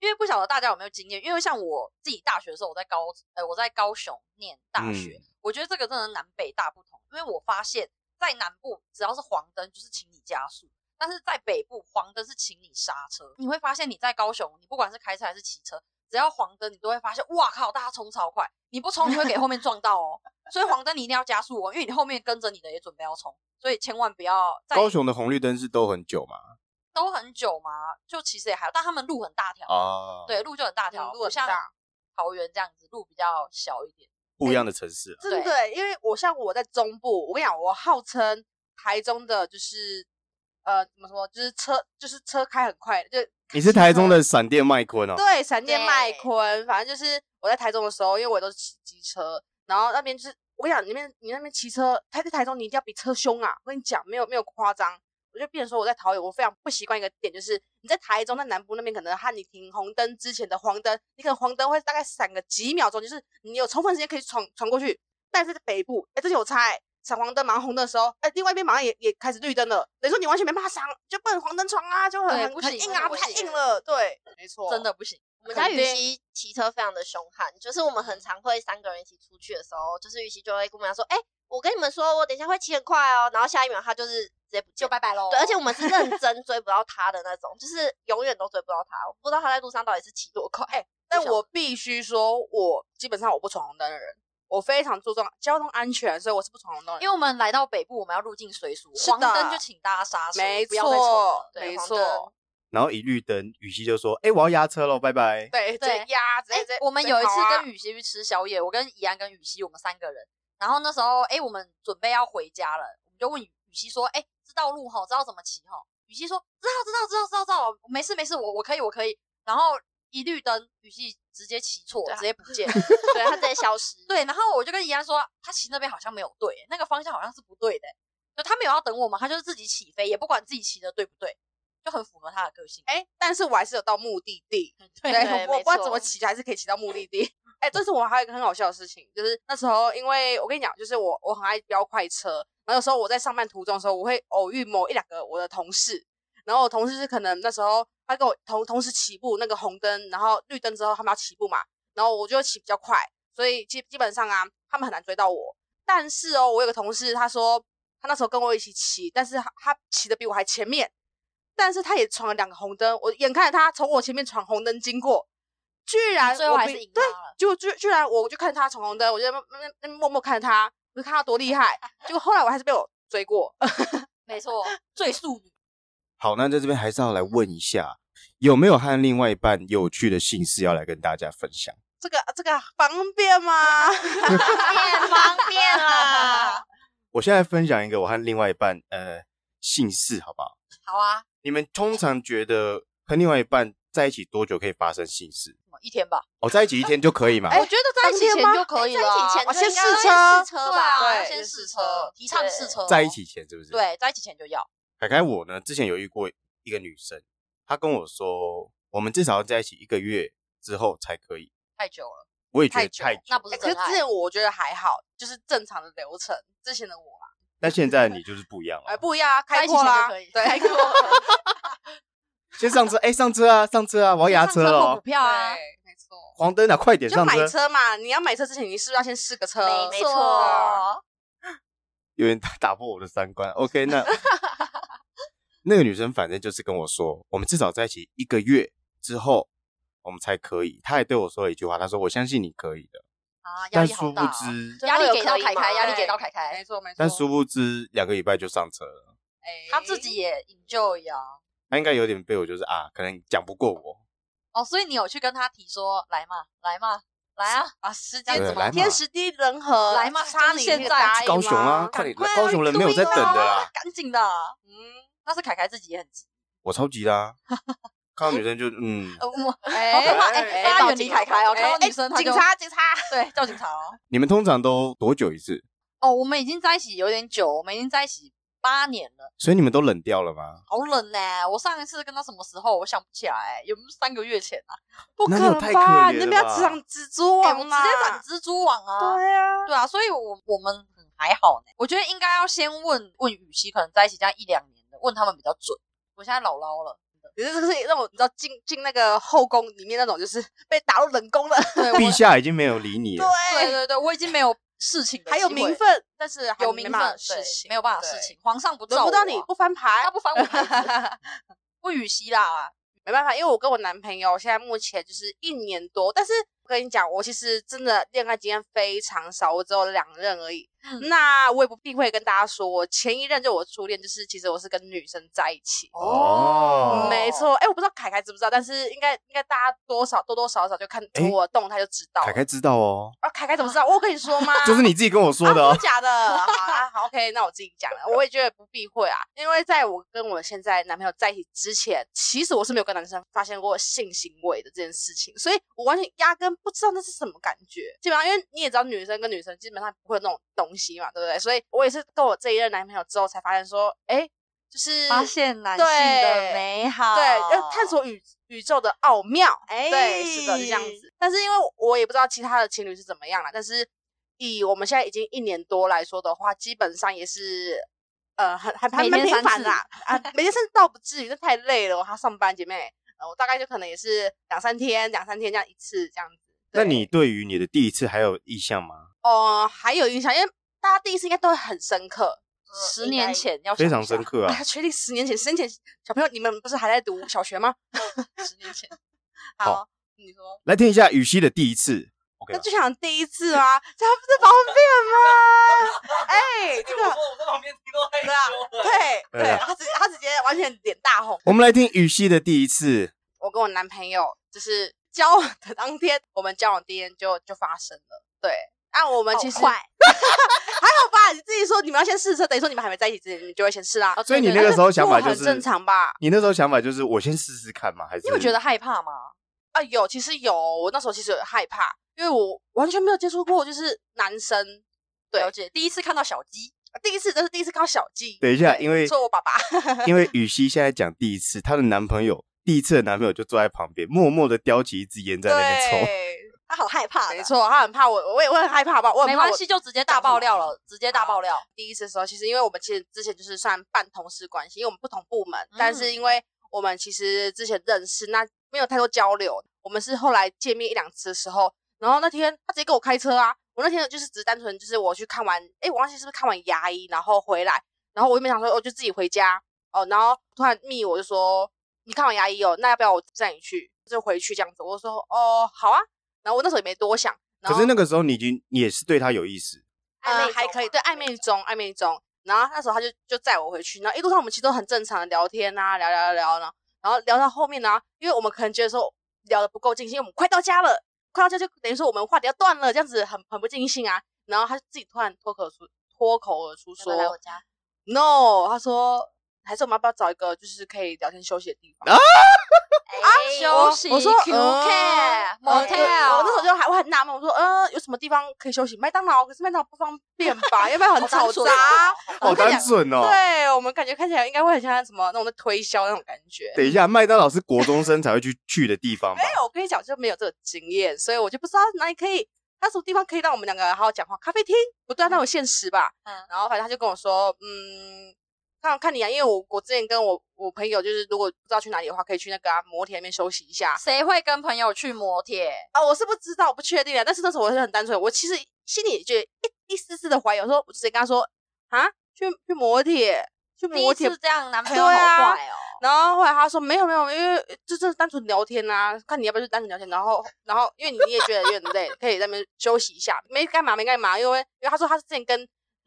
[SPEAKER 2] 因为不晓得大家有没有经验，因为像我自己大学的时候，我在高呃我在高雄念大学，
[SPEAKER 1] 嗯
[SPEAKER 2] 我觉得这个真的南北大不同，因为我发现在南部只要是黄灯就是请你加速，但是在北部黄灯是请你刹车。你会发现你在高雄，你不管是开车还是骑车，只要黄灯你都会发现，哇靠，大家冲超快，你不冲你会给后面撞到哦。所以黄灯你一定要加速哦，因为你后面跟着你的也准备要冲，所以千万不要在
[SPEAKER 1] 高雄的红绿灯是都很久嘛？
[SPEAKER 2] 都很久嘛，就其实也还好，但他们路很大条
[SPEAKER 1] 哦，
[SPEAKER 2] 对，，路就很大条，
[SPEAKER 5] 嗯路
[SPEAKER 2] 不
[SPEAKER 5] 很
[SPEAKER 2] 像
[SPEAKER 5] 大
[SPEAKER 2] 桃园这样子，路比较小一点。
[SPEAKER 1] 不一样的城市啊。
[SPEAKER 5] 真的，因为我像我在中部，我跟你讲，我号称台中的就是呃怎么说，就是车就是车开很快，就
[SPEAKER 1] 你是台中的闪电麦昆哦，
[SPEAKER 5] 对，闪电麦
[SPEAKER 4] 对
[SPEAKER 5] 昆，反正就是我在台中的时候，因为我都是骑机车，然后那边就是我跟你讲，你那边你那边骑车，他在台中你一定要比车凶啊！我跟你讲，没有没有夸张，我就变成说我在桃园，我非常不习惯一个点，就是你在台中在南部那边，可能和你停红灯之前的黄灯，你可能黄灯会大概闪个几秒钟，就是你有充分时间可以闯闯过去，但是在北部，哎、这就有差、欸。闪黄灯，马上红灯的时候，哎、另外一边马上也也开始绿灯了，等于说你完全没办法闪，就不能黄灯闯啊，就很
[SPEAKER 2] 对
[SPEAKER 5] 很
[SPEAKER 2] 不
[SPEAKER 5] 很
[SPEAKER 2] 行
[SPEAKER 5] 硬啊，
[SPEAKER 2] 不
[SPEAKER 5] 太
[SPEAKER 2] 行
[SPEAKER 5] 硬了，对，没错，
[SPEAKER 2] 真的不行。
[SPEAKER 4] 我们家
[SPEAKER 5] 肯
[SPEAKER 4] 雨
[SPEAKER 5] 定
[SPEAKER 4] 熙骑车非常的凶悍，就是我们很常会三个人一起出去的时候，就是雨熙就会跟我们讲说，哎、我跟你们说，我等一下会骑很快哦，然后下一秒他就是直接不见
[SPEAKER 2] 就拜拜喽。
[SPEAKER 4] 对，而且我们是认真追不到他的那种，就是永远都追不到他。我不知道他在路上到底是骑多快。
[SPEAKER 5] 哎但
[SPEAKER 4] 不晓
[SPEAKER 5] 我必须说，我基本上我不闯红灯的人，我非常注重交通安全，所以我是不闯红灯的
[SPEAKER 2] 因
[SPEAKER 5] 人。
[SPEAKER 2] 为我们来到北部，我们要入境随俗，
[SPEAKER 5] 是
[SPEAKER 2] 黄
[SPEAKER 5] 的
[SPEAKER 2] 灯就请大家刹车，
[SPEAKER 5] 没
[SPEAKER 2] 不要再冲了
[SPEAKER 5] 错，
[SPEAKER 2] 对
[SPEAKER 5] 没
[SPEAKER 2] 黄
[SPEAKER 5] 错，
[SPEAKER 2] 灯
[SPEAKER 1] 然后一绿灯，雨熙就说：“哎、我要压车喽，拜拜。
[SPEAKER 5] 对
[SPEAKER 2] 对
[SPEAKER 5] 对呀，直
[SPEAKER 2] 哎、
[SPEAKER 5] 接
[SPEAKER 2] 我们有一次跟
[SPEAKER 5] 雨
[SPEAKER 2] 雨熙去吃宵夜，我跟怡安跟雨熙我们三个人，然后那时候哎、我们准备要回家了，我们就问雨雨熙说，哎、知道路吼，知道怎么骑吼？雨熙说知道知道知道知道知道，没事没事，我我可以我可以。然后一绿灯，雨熙直接骑错，
[SPEAKER 4] 对啊
[SPEAKER 2] 直接不见。
[SPEAKER 4] 对他直接消失。
[SPEAKER 2] 对，然后我就跟怡安说，他骑那边好像没有对，那个方向好像是不对的，就他没有要等我们，他就是自己起飞，也不管自己骑的对不对，就很符合他的个性。
[SPEAKER 5] 哎，但是我还是有到目的地。
[SPEAKER 2] 对
[SPEAKER 5] 我
[SPEAKER 4] 没
[SPEAKER 5] 我不知道
[SPEAKER 4] 错
[SPEAKER 5] 怎么骑，还是可以骑到目的地。哎、这是我还有一个很好笑的事情，就是那时候，因为我跟你讲，就是我我很爱飙快车，然后有时候我在上班途中的时候，我会偶遇某一两个我的同事，然后我同事是可能那时候他跟我同同时起步那个红灯，然后绿灯之后他们要起步嘛，然后我就骑比较快，所以基基本上啊，他们很难追到我。但是哦，我有个同事他说他那时候跟我一起骑，但是他他骑的比我还前面，但是他也闯了两个红灯，我眼看着他从我前面闯红灯经过。居然
[SPEAKER 4] 最后
[SPEAKER 5] 我
[SPEAKER 4] 还
[SPEAKER 5] 比
[SPEAKER 4] 是赢
[SPEAKER 5] 对
[SPEAKER 4] 他，了。
[SPEAKER 5] 就居居然我就看他闯红灯，我就在那那那默默看他，我就看他多厉害。结果后来我还是被我追 过，
[SPEAKER 2] 没错，最速女。
[SPEAKER 1] 好，那在这边还是要来问一下，有没有和另外一半有趣的姓氏要来跟大家分享？
[SPEAKER 5] 这个这个方 便吗？
[SPEAKER 4] 方便方便 啦，
[SPEAKER 1] 我现在分享一个我和另外一半呃姓氏，好不好？
[SPEAKER 2] 好啊，
[SPEAKER 1] 你们通常觉得和另外一半在一起多久可以发生姓氏？
[SPEAKER 2] 一天吧。
[SPEAKER 1] 哦，在一起一天就可以吗？
[SPEAKER 5] 哎
[SPEAKER 2] 我觉得在一起
[SPEAKER 5] 当天
[SPEAKER 2] 前
[SPEAKER 5] 吗
[SPEAKER 2] 就可以
[SPEAKER 4] 在
[SPEAKER 2] 了
[SPEAKER 4] 一起
[SPEAKER 2] 啊。
[SPEAKER 4] 前
[SPEAKER 5] 啊
[SPEAKER 4] 就应该要
[SPEAKER 5] 先试车
[SPEAKER 4] 试车
[SPEAKER 2] 对
[SPEAKER 4] 吧，
[SPEAKER 2] 啊，要
[SPEAKER 5] 对
[SPEAKER 2] 先
[SPEAKER 5] 先
[SPEAKER 2] 试
[SPEAKER 5] 试
[SPEAKER 2] 车
[SPEAKER 5] 车，
[SPEAKER 2] 提倡
[SPEAKER 4] 对
[SPEAKER 2] 试车哦。
[SPEAKER 1] 在一起前是不是？。
[SPEAKER 2] 对，在一起前就要。
[SPEAKER 1] 凯凯，我呢之前有遇过一个女生，她跟我说，我们至少要在一起一个月之后才可以。
[SPEAKER 2] 太久了，
[SPEAKER 1] 我也觉得
[SPEAKER 5] 太久
[SPEAKER 1] 太久，
[SPEAKER 2] 那不是
[SPEAKER 5] 欸可是
[SPEAKER 2] 真爱
[SPEAKER 5] 之前我觉得还好，就是正常的流程。之前的我啊，
[SPEAKER 1] 但现在你就是不一样
[SPEAKER 5] 哎、
[SPEAKER 1] 了。
[SPEAKER 5] 不一样啊，
[SPEAKER 2] 哦在
[SPEAKER 5] 开
[SPEAKER 2] 一起前
[SPEAKER 5] 阔啦
[SPEAKER 2] 就可以，，
[SPEAKER 5] 对，
[SPEAKER 2] 开阔。
[SPEAKER 1] 先上车，哎、上车啊，上车啊，我要压
[SPEAKER 2] 上
[SPEAKER 1] 车了
[SPEAKER 2] 后
[SPEAKER 1] 哦
[SPEAKER 2] 补， 票啊，
[SPEAKER 5] 对，没错。
[SPEAKER 1] 黄灯啊，快点
[SPEAKER 5] 就
[SPEAKER 1] 上
[SPEAKER 5] 买
[SPEAKER 1] 车。
[SPEAKER 5] 车嘛，你要买车之前，你是不是要先试个车？
[SPEAKER 4] 没
[SPEAKER 5] 对啊
[SPEAKER 2] 哦
[SPEAKER 4] 错，
[SPEAKER 1] 有点打打破我的三观。OK，那那个女生反正就是跟我说，我们至少在一起一个月之后，我们才可以。她还对我说了一句话，她说：“我相信你可以的。
[SPEAKER 2] 啊”压
[SPEAKER 1] 但
[SPEAKER 2] 力好
[SPEAKER 1] 殊不
[SPEAKER 2] 大哦。
[SPEAKER 1] 知，
[SPEAKER 2] 压力
[SPEAKER 4] 真的
[SPEAKER 2] 给
[SPEAKER 4] 有
[SPEAKER 2] 到
[SPEAKER 4] 可以
[SPEAKER 2] 凯
[SPEAKER 4] 吗
[SPEAKER 2] 凯，压力
[SPEAKER 5] 对
[SPEAKER 2] 给到凯凯
[SPEAKER 5] 没，错没错。
[SPEAKER 1] 但殊不知两个礼拜就上车了。
[SPEAKER 5] 哎
[SPEAKER 2] 他自己也 enjoy 啊。
[SPEAKER 1] 她应该有点被我就是啊，可能讲不过我。
[SPEAKER 2] 哦，所以你有去跟他提说，来嘛，来嘛，来啊，
[SPEAKER 5] 啊，时
[SPEAKER 2] 这
[SPEAKER 5] 间
[SPEAKER 2] 样
[SPEAKER 1] 对
[SPEAKER 2] 子
[SPEAKER 1] 来嘛
[SPEAKER 2] 吗？
[SPEAKER 5] 天时地利人和，
[SPEAKER 2] 来嘛
[SPEAKER 5] 差
[SPEAKER 2] 就是
[SPEAKER 5] 你
[SPEAKER 2] 现
[SPEAKER 5] 那个
[SPEAKER 2] 在
[SPEAKER 5] 答应
[SPEAKER 1] 高雄啊
[SPEAKER 5] 吗，
[SPEAKER 1] 快点
[SPEAKER 5] 哎赶
[SPEAKER 1] 来，
[SPEAKER 5] 快啊
[SPEAKER 1] 高雄人没有在等的啦。
[SPEAKER 2] 赶紧的，嗯，那是凯凯自己也很急。
[SPEAKER 1] 我超级啦、看到女生就嗯，
[SPEAKER 2] 呃，我
[SPEAKER 5] 哎
[SPEAKER 2] 好可怕，
[SPEAKER 5] 哎
[SPEAKER 2] 哎，大家远离凯凯哦，
[SPEAKER 5] 哎
[SPEAKER 2] 看到女生
[SPEAKER 5] 哎
[SPEAKER 2] 他就
[SPEAKER 5] 警察警察，
[SPEAKER 2] 对叫警察哦。
[SPEAKER 1] 你们通常都多久一次？
[SPEAKER 2] 哦，我们已经在一起有点久，我们已经在一起八年了，
[SPEAKER 1] 所以你们都冷掉了吗？
[SPEAKER 2] 好冷呢。我上一次跟他什么时候？我想不起来，有没有三个月前啊？
[SPEAKER 5] 不
[SPEAKER 1] 那
[SPEAKER 5] 可
[SPEAKER 1] 你有
[SPEAKER 5] 能
[SPEAKER 1] 太可
[SPEAKER 5] 吧？
[SPEAKER 1] 怜
[SPEAKER 5] 你
[SPEAKER 1] 了
[SPEAKER 5] 那边
[SPEAKER 1] 吧
[SPEAKER 5] 要长蜘蛛
[SPEAKER 2] 哎，我
[SPEAKER 5] 网
[SPEAKER 2] 直
[SPEAKER 5] 啦，
[SPEAKER 2] 接长蜘蛛网啊！
[SPEAKER 5] 对啊，
[SPEAKER 2] 对啊，所以我我们很还好呢。我觉得应该要先问问雨熙，可能在一起这样一两年的，问他们比较准。我现在老捞了，
[SPEAKER 5] 你这是那种你知道进进那个后宫里面那种，就是被打入冷宫的，
[SPEAKER 2] 对我
[SPEAKER 1] 陛下已经没有理你了。
[SPEAKER 2] 对，对对，我已经没哎有事情的
[SPEAKER 5] 还有
[SPEAKER 2] 机会
[SPEAKER 5] 名分，但是还
[SPEAKER 2] 有
[SPEAKER 5] 没
[SPEAKER 2] 名
[SPEAKER 5] 办法
[SPEAKER 2] 分，
[SPEAKER 5] 事
[SPEAKER 2] 对
[SPEAKER 5] 情
[SPEAKER 2] 没有办法
[SPEAKER 5] 对
[SPEAKER 2] 事情，皇上不照
[SPEAKER 5] 轮
[SPEAKER 2] 我啊
[SPEAKER 5] 不到你不翻牌
[SPEAKER 2] 他，不翻我牌 子，不与熙啦啊，
[SPEAKER 5] 没办法，因为我跟我男朋友现在目前就是一年多，但是我跟你讲，我其实真的恋爱经验非常少，我只有两任而已。
[SPEAKER 2] 嗯
[SPEAKER 5] 那我也不避讳跟大家说，我前一任就我初恋，就是其实我是跟女生在一起。
[SPEAKER 1] 哦
[SPEAKER 5] 没错，哎、我不知道凯凯知不知道，但是应该应该大家多少多多少少就看
[SPEAKER 1] 哎
[SPEAKER 5] 从我的动态就知道了。
[SPEAKER 1] 凯凯知道哦，
[SPEAKER 5] 啊，凯凯怎么知道？我有跟你说吗？
[SPEAKER 1] 就是你自己跟我说的
[SPEAKER 5] 啊
[SPEAKER 1] 哦
[SPEAKER 5] 真。假的？好啊，好，OK，那我自己讲了，我也觉得不避讳啊，因为在我跟我现在男朋友在一起之前，其实我是没有跟男生发生过性行为的这件事情，所以我完全压根不知道那是什么感觉。基本上，因为你也知道，女生跟女生基本上不会有那种东西嘛，对不对？所以我也是跟我这一任男朋友之后才发现说，哎，就是
[SPEAKER 2] 发现男性
[SPEAKER 5] 对
[SPEAKER 2] 的美好，
[SPEAKER 5] 对，要探索宇宇宙的奥妙。
[SPEAKER 2] 哎，
[SPEAKER 5] 对，是的，是这样子。但是因为我也不知道其他的情侣是怎么样了，但是以我们现在已经一年多来说的话，基本上也是呃很很还
[SPEAKER 2] 每
[SPEAKER 5] 蛮
[SPEAKER 2] 天
[SPEAKER 5] 频
[SPEAKER 2] 三
[SPEAKER 5] 繁
[SPEAKER 2] 次
[SPEAKER 5] 的啊，啊每天甚至倒不至于，这太累了，我还上班，姐妹。呃，我大概就可能也是两三天，两三天这样一次这样子。
[SPEAKER 1] 那
[SPEAKER 5] 对
[SPEAKER 1] 你对于你的第一次还有印象吗？
[SPEAKER 5] 哦、还有印象，因为大家第一次应该都会很深刻，
[SPEAKER 2] 十年前要
[SPEAKER 1] 非常深
[SPEAKER 2] 刻，
[SPEAKER 1] 刻
[SPEAKER 5] 哎
[SPEAKER 1] 啊
[SPEAKER 5] 呀，！确定十年前，十年前小朋友你们不是还在读小学吗？
[SPEAKER 2] 十年前
[SPEAKER 1] 好
[SPEAKER 5] 好，你说
[SPEAKER 1] 来听一下雨熙的第一次。OK，
[SPEAKER 5] 那
[SPEAKER 1] 吧
[SPEAKER 5] 就想第一次啊，这样不是方 便吗？哎、
[SPEAKER 6] 哎
[SPEAKER 5] 这
[SPEAKER 6] 我
[SPEAKER 5] 个
[SPEAKER 6] 说我在旁边听到害
[SPEAKER 5] 对啊
[SPEAKER 6] 羞了。
[SPEAKER 5] 对
[SPEAKER 1] 对
[SPEAKER 5] 对
[SPEAKER 1] 啊，
[SPEAKER 5] 他直他直接完全脸大红。
[SPEAKER 1] 我们来听雨熙的第一次。
[SPEAKER 5] 我跟我男朋友就是交往的当天，我们交往第一天就就发生了。对，啊，我们其实还好吧，你自己说你们要先试车，等于说你们还没在一起之前，你们就会先试啊啦。
[SPEAKER 2] 哦
[SPEAKER 1] 所以你
[SPEAKER 2] 对对
[SPEAKER 1] 那个时候想法就
[SPEAKER 5] 很
[SPEAKER 1] 是
[SPEAKER 5] 正常吧？
[SPEAKER 1] 你那时候想法就是我先试试看嘛，还是
[SPEAKER 2] 你有觉得害怕吗？
[SPEAKER 5] 啊，有，其实有，我那时候其实有害怕，因为我完全没有接触过，就是男生。对
[SPEAKER 2] 了解，第一次看到小鸡，
[SPEAKER 5] 啊第一次，这是第一次看到小鸡。
[SPEAKER 1] 等一下因为
[SPEAKER 5] 说我爸爸，
[SPEAKER 1] 因为雨熙现在讲第一次，她的男朋友第一次的男朋友就坐在旁边，默默的叼起一支烟在那边抽。
[SPEAKER 5] 对，
[SPEAKER 4] 他好害怕的。
[SPEAKER 5] 没错，他很怕我，我也我很害怕吧，我很
[SPEAKER 2] 没
[SPEAKER 5] 怕我
[SPEAKER 2] 关系，就直接大爆料了，直接大
[SPEAKER 5] 好
[SPEAKER 2] 爆 料。
[SPEAKER 5] 第一次的时候，其实因为我们其实之前就是算半同事关系，因为我们不同部门，但
[SPEAKER 2] 嗯
[SPEAKER 5] 是因为我们其实之前认识，那没有太多交流。我们是后来见面一两次的时候，然后那天他直接给我开车啊，我那天就是只是单纯就是我去看完，诶，我忘记是不是看完牙医，然后回来，然后我原本想说我、哦就自己回家哦，然后突然密我就说你看完牙医哦，那要不要我载你去？就回去这样子，我就说哦好啊，然后我那时候也没多想，然
[SPEAKER 1] 可
[SPEAKER 5] 后
[SPEAKER 1] 是那个时候你已经你也是对他有意思，
[SPEAKER 4] 暧
[SPEAKER 5] 呃，
[SPEAKER 4] 昧
[SPEAKER 5] 还
[SPEAKER 4] 中
[SPEAKER 5] 可以，
[SPEAKER 4] 嘛
[SPEAKER 5] 对，暧昧中，暧昧中。然后那时候他就就载我回去，然后一路上我们其实都很正常的聊天啊，聊聊聊聊，然后然后聊到后面呢、因为我们可能觉得说聊的不够尽兴，因为我们快到家了，快到家就等于说我们话题要断了，这样子很很不尽兴啊。然后他就自己突然脱口而出脱口而出
[SPEAKER 4] 要不要来我
[SPEAKER 5] 说
[SPEAKER 4] 家，
[SPEAKER 5] ，no，他说还是我们要不要找一个就是可以聊天休息的地方？
[SPEAKER 4] 啊
[SPEAKER 2] 休息
[SPEAKER 5] 我说
[SPEAKER 2] Q
[SPEAKER 5] 呃
[SPEAKER 2] K
[SPEAKER 5] 呃我
[SPEAKER 2] motel，
[SPEAKER 5] 我那时候就还我很纳闷，我说呃有什么地方可以休息？麦当劳，可是麦当劳不方便 吧？要不然很
[SPEAKER 2] 好
[SPEAKER 5] 吵
[SPEAKER 2] 单纯
[SPEAKER 5] 杂啊。
[SPEAKER 1] 好
[SPEAKER 5] 我跟
[SPEAKER 1] 单
[SPEAKER 5] 你讲
[SPEAKER 1] 纯哦。
[SPEAKER 5] 对我们感觉看起来应该会很像什么那种在推销那种感觉。
[SPEAKER 1] 等一下，麦当劳是国中生才会去去的地方吧
[SPEAKER 5] 没？有，我跟你讲，就没有这个经验，所以我就不知道哪里可以，他什么地方可以让我们两个好好讲话。咖啡厅不对啊，那有限时吧。
[SPEAKER 2] 嗯
[SPEAKER 5] 然后反正他就跟我说，嗯，看看你啊，因为我我之前跟我我朋友就是，如果不知道去哪里的话，可以去那个啊摩天那边休息一下。
[SPEAKER 2] 谁会跟朋友去摩铁？
[SPEAKER 5] 啊，我是不知道，我不确定啊。但是那时候我是很单纯，我其实心里就一一丝丝的怀疑，我说我直接跟他说啊，去去摩铁，去
[SPEAKER 2] 第一
[SPEAKER 5] 摩铁
[SPEAKER 2] 次这样，男朋友好
[SPEAKER 5] 对啊
[SPEAKER 2] 坏哦。
[SPEAKER 5] 然后后来他说没有没有，因为就就是单纯聊天啊，看你要不要就单纯聊天。然后然后因为你也觉得有点累，可以在那边休息一下，没干嘛没干嘛。因为因为他说他之前跟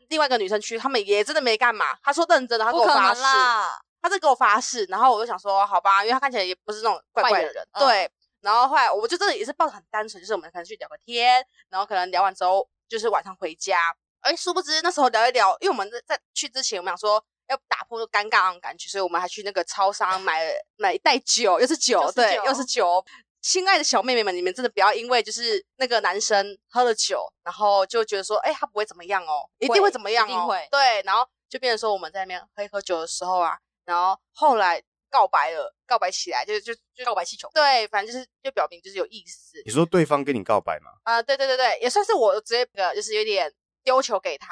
[SPEAKER 5] 另外一个女生去，他们也真的没干嘛。他说认真的，他给
[SPEAKER 2] 不
[SPEAKER 5] 我
[SPEAKER 2] 可
[SPEAKER 5] 发
[SPEAKER 2] 能
[SPEAKER 5] 誓，
[SPEAKER 2] 啦！
[SPEAKER 5] 他在给我发誓。然后我就想说好吧，因为他看起来也不是那种怪怪
[SPEAKER 2] 坏
[SPEAKER 5] 的
[SPEAKER 2] 人
[SPEAKER 5] 人，
[SPEAKER 2] 嗯
[SPEAKER 5] 对。然后后来我就真的也是抱着很单纯，就是我们可能去聊个天，然后可能聊完之后就是晚上回家。哎，殊不知那时候聊一聊，因为我们在在去之前，我们想说要打破那个尴尬那种感觉，所以我们还去那个超商买了买一袋酒，又是酒，
[SPEAKER 2] 又是
[SPEAKER 5] 对，
[SPEAKER 2] 酒
[SPEAKER 5] 又是酒。亲爱的小妹妹们，你们真的不要因为就是那个男生喝了酒，然后就觉得说，哎、他不会怎么样哦，一定
[SPEAKER 2] 会
[SPEAKER 5] 会怎么样哦，
[SPEAKER 2] 一定会
[SPEAKER 5] 对，然后就变成说我们在那边喝一喝酒的时候啊，然后后来告白了，告白起来就就就告白气球，对，反正就是就表明就是有意思，
[SPEAKER 1] 你说对方跟你告白吗？
[SPEAKER 5] 啊、对对对对，也算是我直接呃，就是有点丢球给他。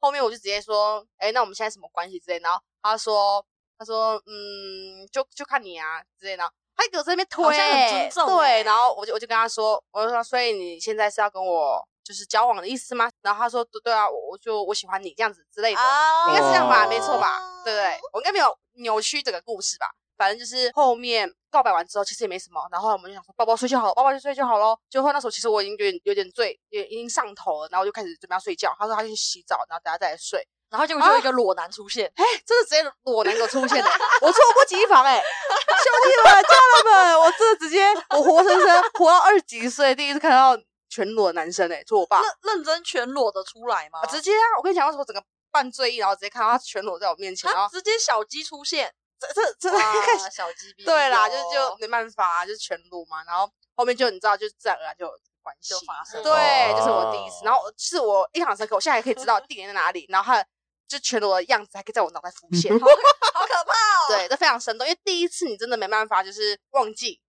[SPEAKER 5] 后面我就直接说，哎，那我们现在什么关系之类的。然后他说，他说，嗯，就就看你啊之类的。然后他给我在那边推，
[SPEAKER 2] 像很尊重欸
[SPEAKER 5] 对，然后我就我就跟他说，我就说，所以你现在是要跟我就是交往的意思吗？然后他说，对对啊，我我就我喜欢你这样子之类的。
[SPEAKER 4] 哦
[SPEAKER 5] 应该是这样吧，
[SPEAKER 1] 哦
[SPEAKER 5] 没错吧？对不对？我应该没有扭曲整个故事吧？反正就是后面告白完之后，其实也没什么。然后我们就想说，抱抱睡就好了，抱抱就睡就好咯。就后那时候其实我已经有点有点醉，也已经上头了，然后我就开始准备要睡觉。他说他去洗澡，然后等下再来睡。
[SPEAKER 2] 然后结果就有一个裸男出现，
[SPEAKER 5] 哎，真的直接裸男给我出现了，我猝不及防哎、兄弟们、家人们，我真的直接我活生生活到二十几岁，第一次看到全裸的男生哎、就我 爸。
[SPEAKER 2] 认认真全裸的出来吗
[SPEAKER 5] 啊？直接啊！我跟你讲，那时候我整个半醉意，然后直接看到他全裸在我面前，然
[SPEAKER 2] 啊
[SPEAKER 5] 后
[SPEAKER 2] 直接小鸡出现，
[SPEAKER 5] 这这这
[SPEAKER 4] 哦
[SPEAKER 2] 哇，小鸡逼，
[SPEAKER 5] 对啦，就
[SPEAKER 2] 哟
[SPEAKER 5] 就没办法啊，就是全裸嘛。然后后面就你知道，就自然而然就有关系
[SPEAKER 2] 就发生了
[SPEAKER 5] 对，就是我第一
[SPEAKER 1] 哦
[SPEAKER 5] 次。然后是我印象很深刻，我现在还可以知道地点在哪里，然后他就全裸的样子还可以在我脑袋浮现，好
[SPEAKER 2] 好可怕哦！
[SPEAKER 5] 对，这非常生动。因为第一次你真的没办法，就是忘记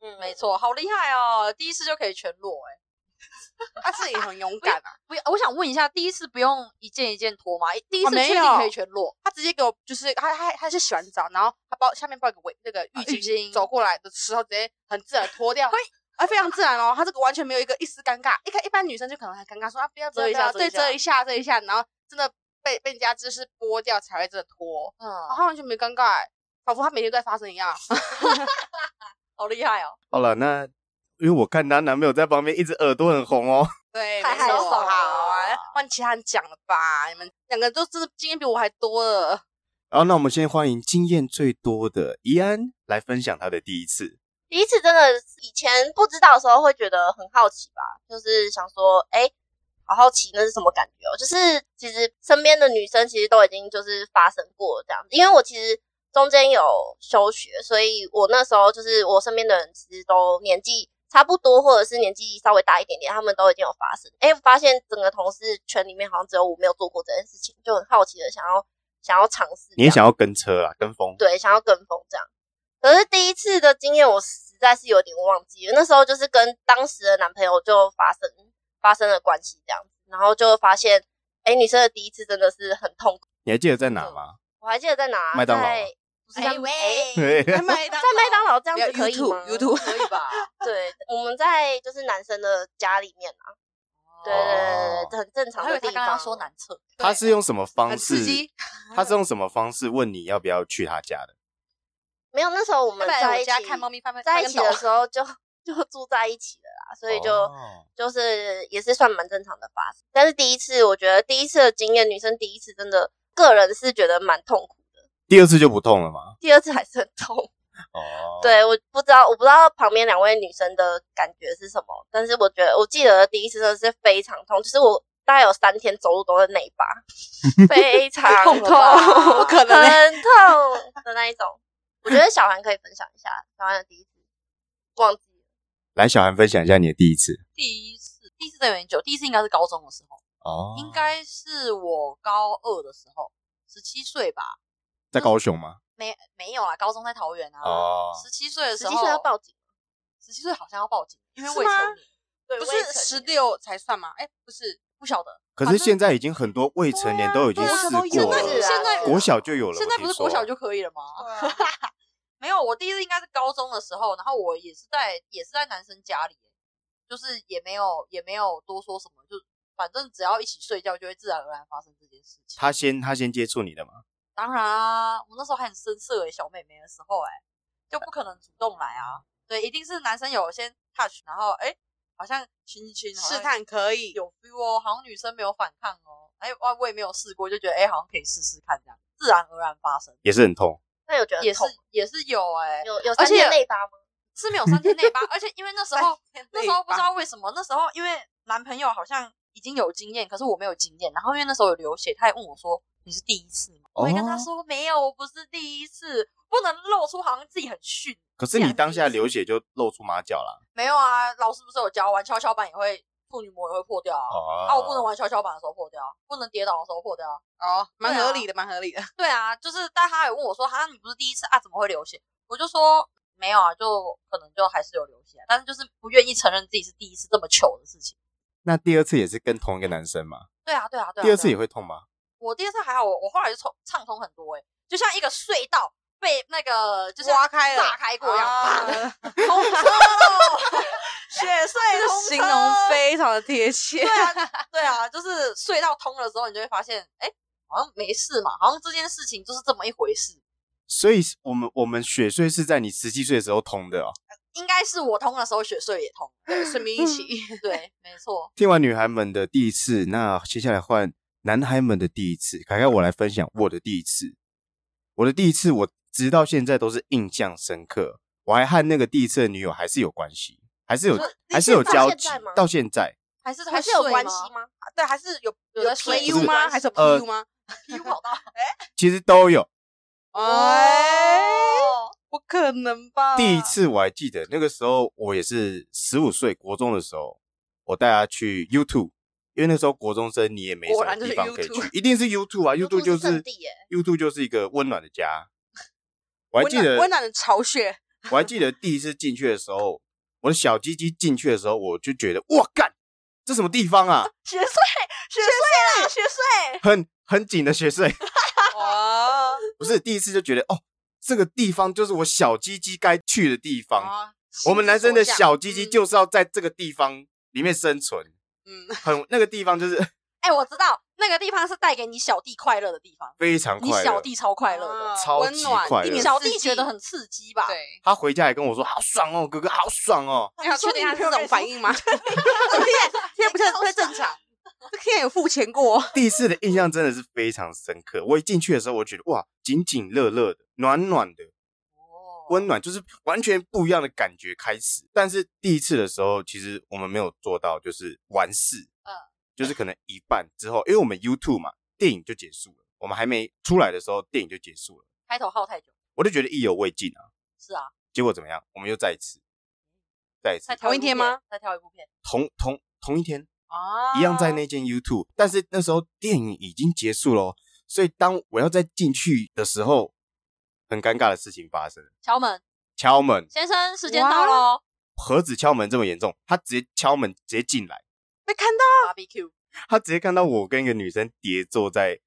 [SPEAKER 4] 嗯
[SPEAKER 2] 没错，好厉害哦，第一次就可以全裸哎。
[SPEAKER 5] 但是也很勇敢啊。
[SPEAKER 2] 不要，我想问一下，第一次不用一件一件脱吗？第一
[SPEAKER 5] 啊
[SPEAKER 2] 次
[SPEAKER 5] 没
[SPEAKER 2] 确定
[SPEAKER 5] 有
[SPEAKER 2] 可以全裸？
[SPEAKER 5] 他直接给我就是他他他是洗完澡，然后他包下面包一个围那啊个浴
[SPEAKER 2] 浴巾
[SPEAKER 5] 巾，走过来的时候直接很自然地脱掉。啊，非常自然哦，他这个完全没有一个一丝尴尬。一看一般女生就可能很尴尬，说啊不要不
[SPEAKER 2] 遮
[SPEAKER 5] 要
[SPEAKER 2] 一
[SPEAKER 5] 不
[SPEAKER 2] 下
[SPEAKER 5] 要，
[SPEAKER 2] 遮一
[SPEAKER 5] 对，
[SPEAKER 2] 下
[SPEAKER 5] 遮一下遮一下，然后真的被被人家就是剥掉才会真的脱，
[SPEAKER 2] 嗯，
[SPEAKER 5] 然后他完全没尴尬欸，仿佛他每天都在发生一样。
[SPEAKER 2] 好厉害哦！
[SPEAKER 1] 好了，那因为我看她男朋友在旁边一直耳朵很红哦，
[SPEAKER 5] 对，
[SPEAKER 2] 太
[SPEAKER 5] 没
[SPEAKER 2] 害
[SPEAKER 5] 错
[SPEAKER 2] 羞了
[SPEAKER 5] 好啊，换其他人讲了吧，你们两个都真的经验比我还多了。
[SPEAKER 1] 然后，那我们先欢迎经验最多的怡安来分享她的第一次。
[SPEAKER 4] 第一次真的是以前不知道的时候会觉得很好奇吧，就是想说，哎、好好奇那是什么感觉哦？就是其实身边的女生其实都已经就是发生过这样子，因为我其实中间有休学，所以我那时候就是我身边的人其实都年纪差不多，或者是年纪稍微大一点点，他们都已经有发生。哎、发现整个同事圈里面好像只有我没有做过这件事情，就很好奇的想要想要尝试这样子。
[SPEAKER 1] 你也想要跟车啊，跟风？
[SPEAKER 4] 对，想要跟风这样。可是第一次的经验，我实在是有点忘记了。那时候就是跟当时的男朋友就发生发生了关系这样子，然后就发现，哎，女生的第一次真的是很痛苦。
[SPEAKER 1] 你还记得在哪吗？
[SPEAKER 4] 我还记得在哪？
[SPEAKER 1] 麦当劳
[SPEAKER 4] 在不是
[SPEAKER 5] 哎
[SPEAKER 4] 在哎
[SPEAKER 5] 喂，在麦当
[SPEAKER 4] 在麦当劳这样
[SPEAKER 5] 不要
[SPEAKER 4] 子可以吗
[SPEAKER 5] YouTube 嗯可以吧？
[SPEAKER 4] 对，我们在就是男生的家里面啊，对对对对，这很正
[SPEAKER 2] 哦我
[SPEAKER 4] 常
[SPEAKER 2] 还以
[SPEAKER 4] 的
[SPEAKER 2] 为
[SPEAKER 4] 地
[SPEAKER 2] 他
[SPEAKER 4] 方。
[SPEAKER 2] 刚刚说男厕，
[SPEAKER 1] 他是用什么方
[SPEAKER 5] 很
[SPEAKER 1] 式
[SPEAKER 5] 刺？激，
[SPEAKER 1] 他是用什么方式问你要不要去他家的？
[SPEAKER 4] 没有，那时候我
[SPEAKER 2] 他
[SPEAKER 4] 们
[SPEAKER 2] 本来
[SPEAKER 4] 在
[SPEAKER 2] 我
[SPEAKER 4] 一起
[SPEAKER 2] 家看猫咪翻翻
[SPEAKER 4] 在
[SPEAKER 2] 翻
[SPEAKER 4] 一
[SPEAKER 2] 跟
[SPEAKER 4] 起
[SPEAKER 2] 斗
[SPEAKER 4] 的，时候就就住在一起了啦，所以就、
[SPEAKER 1] 哦
[SPEAKER 4] 就是也是算蛮正常的发生。但是第一次，我觉得第一次的经验，女生第一次真的个人是觉得蛮痛苦的，
[SPEAKER 1] 第二次就不痛了吗？
[SPEAKER 4] 第二次还是很痛。
[SPEAKER 1] 哦，
[SPEAKER 4] 对，我不知道，我不知道旁边两位女生的感觉是什么，但是我觉得我记得第一次真的是非常痛，就是我大概有三天走路都是内八，非常
[SPEAKER 5] 痛
[SPEAKER 4] 痛，
[SPEAKER 5] 了吧 不可能欸
[SPEAKER 4] 很痛的那一种。我觉得小韩可以分享一下小韩的第一次，忘记了
[SPEAKER 1] 来，小韩分享一下你的第一次。
[SPEAKER 2] 第一次，第一次真的有点久，第一次应该是高中的时候，
[SPEAKER 1] 哦
[SPEAKER 2] 应该是我高二的时候，十七岁吧，
[SPEAKER 1] 在高雄吗？
[SPEAKER 2] 没没有啦，高中在桃园啊，
[SPEAKER 1] 哦，
[SPEAKER 2] 十七岁的时
[SPEAKER 4] 十
[SPEAKER 2] 候，
[SPEAKER 4] 七岁要报警，
[SPEAKER 2] 十七岁好像要报警，因为
[SPEAKER 5] 是
[SPEAKER 2] 未
[SPEAKER 5] 吗
[SPEAKER 2] 成年，
[SPEAKER 4] 对
[SPEAKER 5] 不
[SPEAKER 4] 我也
[SPEAKER 5] 是
[SPEAKER 4] 曾
[SPEAKER 5] 十六才算吗？哎，不是，
[SPEAKER 2] 不晓得，
[SPEAKER 1] 可
[SPEAKER 2] 反
[SPEAKER 1] 是
[SPEAKER 2] 正
[SPEAKER 1] 现在已经很多未成年都已经
[SPEAKER 5] 对啊
[SPEAKER 1] 试
[SPEAKER 5] 对啊都有
[SPEAKER 1] 过
[SPEAKER 4] 是
[SPEAKER 1] 了，
[SPEAKER 4] 啊
[SPEAKER 2] 现在
[SPEAKER 1] 国小就有了。
[SPEAKER 2] 现在不是国小
[SPEAKER 1] 就
[SPEAKER 2] 就可以了吗？
[SPEAKER 3] 对啊
[SPEAKER 2] 没有，我第一次应该是高中的时候，然后我也是在也是在男生家里，就是也没有也没有多说什么，就反正只要一起睡觉，就会自然而然发生这件事情。
[SPEAKER 1] 他先他先接触你的嘛？
[SPEAKER 2] 当然啊，我那时候还很生涩诶、欸小妹妹的时候诶、就不可能主动来啊。对，一定是男生有先 touch，然后诶、好像亲一亲，好像
[SPEAKER 5] 试探可以，
[SPEAKER 2] 有 feel 哦，好像女生没有反抗哦。哎、我我也没有试过，就觉得哎诶、好像可以试试看这样，自然而然发生，
[SPEAKER 1] 也是很痛。
[SPEAKER 4] 那有觉得
[SPEAKER 2] 也是
[SPEAKER 4] 痛吗
[SPEAKER 2] 也是有诶、
[SPEAKER 4] 有有
[SPEAKER 2] 而
[SPEAKER 4] 三
[SPEAKER 2] 且
[SPEAKER 4] 天内八吗？
[SPEAKER 2] 是没有三天内八，而且因为那时候那时候不知
[SPEAKER 5] 道。
[SPEAKER 2] 道为什么，那时候因为男朋友好像已经有经验，可是我没有经验。然后因为那时候有流血，他也问我说：“你是第一次吗？”我也跟他
[SPEAKER 1] 哦
[SPEAKER 2] 说：“没有，我不是第一次，不能露出好像自己很逊。
[SPEAKER 1] 可是你当下流血就露出马脚了”
[SPEAKER 2] 没有啊，老师不是有教玩跷跷板也会处女膜也会破掉啊。啊，我不能
[SPEAKER 1] 哦，
[SPEAKER 2] 玩跷跷板的时候破掉，啊不能跌倒的时候破掉。
[SPEAKER 5] 哦，蛮
[SPEAKER 2] 对啊
[SPEAKER 5] 合理的，蛮合理的。
[SPEAKER 2] 对啊，就是，但他也问我说：“哈，你不是第一次啊，怎么会流血？”我就说：“没有啊，就可能就还是有流血，啊但是就是不愿意承认自己是第一次这么糗的事情。
[SPEAKER 1] 那第二次也是跟同一个男生嘛？”
[SPEAKER 2] 对啊，对啊，对啊。
[SPEAKER 1] 第二次
[SPEAKER 2] 对啊
[SPEAKER 1] 也会痛吗？
[SPEAKER 2] 我第二次还好，我我后来就从畅通很多哎、欸，就像一个隧道被那个就是
[SPEAKER 5] 挖开了
[SPEAKER 2] 炸开过一样，
[SPEAKER 5] 啊
[SPEAKER 2] 砰
[SPEAKER 5] 通车哦， 雪 穗
[SPEAKER 2] 通车
[SPEAKER 5] 形容非常的贴切
[SPEAKER 2] 对。啊，对啊，就是隧道通了之后，你就会发现，哎、好像没事嘛，好像这件事情就是这么一回事。
[SPEAKER 1] 所以我们我们血税是在你十七岁的时候通的哦。
[SPEAKER 2] 应该是我通的时候，雪穗也通，
[SPEAKER 5] 顺啊便一起，
[SPEAKER 2] 对，没错。
[SPEAKER 1] 听完女孩们的第一次，那接下来换男孩们的第一次。凯凯，我来分享我的第一次。我的第一次，我直到现在都是印象深刻。我还和那个第一次的女友还是有关系，还是有
[SPEAKER 2] 就是
[SPEAKER 1] 还是有
[SPEAKER 4] 到
[SPEAKER 1] 交
[SPEAKER 4] 现
[SPEAKER 1] 集
[SPEAKER 4] 在吗，
[SPEAKER 1] 到现在。
[SPEAKER 2] 还是
[SPEAKER 4] 还是有关系吗？
[SPEAKER 5] 对，还是有
[SPEAKER 2] 有
[SPEAKER 5] 有
[SPEAKER 2] 在睡
[SPEAKER 5] PU 吗？还是有
[SPEAKER 1] 呃
[SPEAKER 5] PU 吗？
[SPEAKER 2] ？PU 跑道，
[SPEAKER 1] 其实都有。
[SPEAKER 5] 呃哎，不可能吧？
[SPEAKER 1] 第一次我还记得，那个时候我也是十五岁，国中的时候，我带她去 YouTube，因为那时候国中生你也没什
[SPEAKER 5] 果
[SPEAKER 1] 么
[SPEAKER 5] 然就是
[SPEAKER 1] 地方可以去
[SPEAKER 5] YouTube，
[SPEAKER 1] 一定是 YouTube 啊
[SPEAKER 4] YouTube
[SPEAKER 1] ，YouTube 就是
[SPEAKER 4] 圣地耶
[SPEAKER 1] YouTube 就是一个温暖的家。我
[SPEAKER 5] 温
[SPEAKER 1] 还
[SPEAKER 5] 暖
[SPEAKER 1] 记得，
[SPEAKER 5] 温暖的巢 穴，
[SPEAKER 1] 我还记得第一次进去的时候，我的小鸡鸡进去的时候，我就觉得哇干，这什么地方啊？
[SPEAKER 2] 雪穗，雪穗啦，雪穗。
[SPEAKER 1] 很很紧的血水，
[SPEAKER 5] 哇，
[SPEAKER 1] 不是第一次就觉得哦，这个地方就是我小鸡鸡该去的地
[SPEAKER 2] 哦
[SPEAKER 1] 方。
[SPEAKER 5] 啊
[SPEAKER 1] 我们男生的小鸡鸡
[SPEAKER 5] 嗯
[SPEAKER 1] 就是要在这个地方里面生存，
[SPEAKER 5] 嗯，
[SPEAKER 1] 很那个地方就是
[SPEAKER 2] 哎、我知道那个地方是带给你小弟快乐的地方，
[SPEAKER 1] 非常
[SPEAKER 2] 你
[SPEAKER 1] 快
[SPEAKER 2] 小
[SPEAKER 1] 乐。
[SPEAKER 2] 弟超快乐的。
[SPEAKER 5] 啊
[SPEAKER 1] 超
[SPEAKER 5] 温
[SPEAKER 1] 级
[SPEAKER 5] 暖
[SPEAKER 1] 快
[SPEAKER 5] 一
[SPEAKER 1] 乐
[SPEAKER 5] 年
[SPEAKER 2] 小
[SPEAKER 5] 四
[SPEAKER 2] 弟
[SPEAKER 5] 季
[SPEAKER 2] 觉得很刺激吧？，
[SPEAKER 5] 对。
[SPEAKER 1] 他回家也跟我说好爽哦，哥哥好爽哦。
[SPEAKER 5] 哎呀，确定他是这种反应 吗？现 在现在不是不太正 常，这现在有付钱过，哦
[SPEAKER 1] 第一次的印象真的是非常深刻。我一进去的时候，我觉得哇，紧紧热热的，暖暖的，温暖就是完全不一样的感觉开始。但是第一次的时候，其实我们没有做到，就是完事，
[SPEAKER 2] 嗯
[SPEAKER 1] 就是可能一半之后，因为我们 YouTube 嘛，电影就结束了，我们还没出来的时候，电影就结束了，
[SPEAKER 2] 开头耗太久。
[SPEAKER 1] 我就觉得意犹未尽啊。
[SPEAKER 2] 是啊，
[SPEAKER 1] 结果怎么样？我们又再一次，再一次
[SPEAKER 2] 再挑
[SPEAKER 5] 同一天吗
[SPEAKER 2] 部片？再挑一部片，
[SPEAKER 1] 同同同一天，
[SPEAKER 5] 啊
[SPEAKER 1] 一样在那间 YouTube，但是那时候电影已经结束了哦，所以当我要再进去的时候，很尴尬的事情发生了。
[SPEAKER 2] 敲门。
[SPEAKER 1] 敲门，
[SPEAKER 2] 先生，时间到喽
[SPEAKER 1] 何止敲门这么严重，他直接敲门直接进来，
[SPEAKER 5] 被看到，
[SPEAKER 2] ，barbecue，
[SPEAKER 1] 他直接看到我跟一个女生叠坐在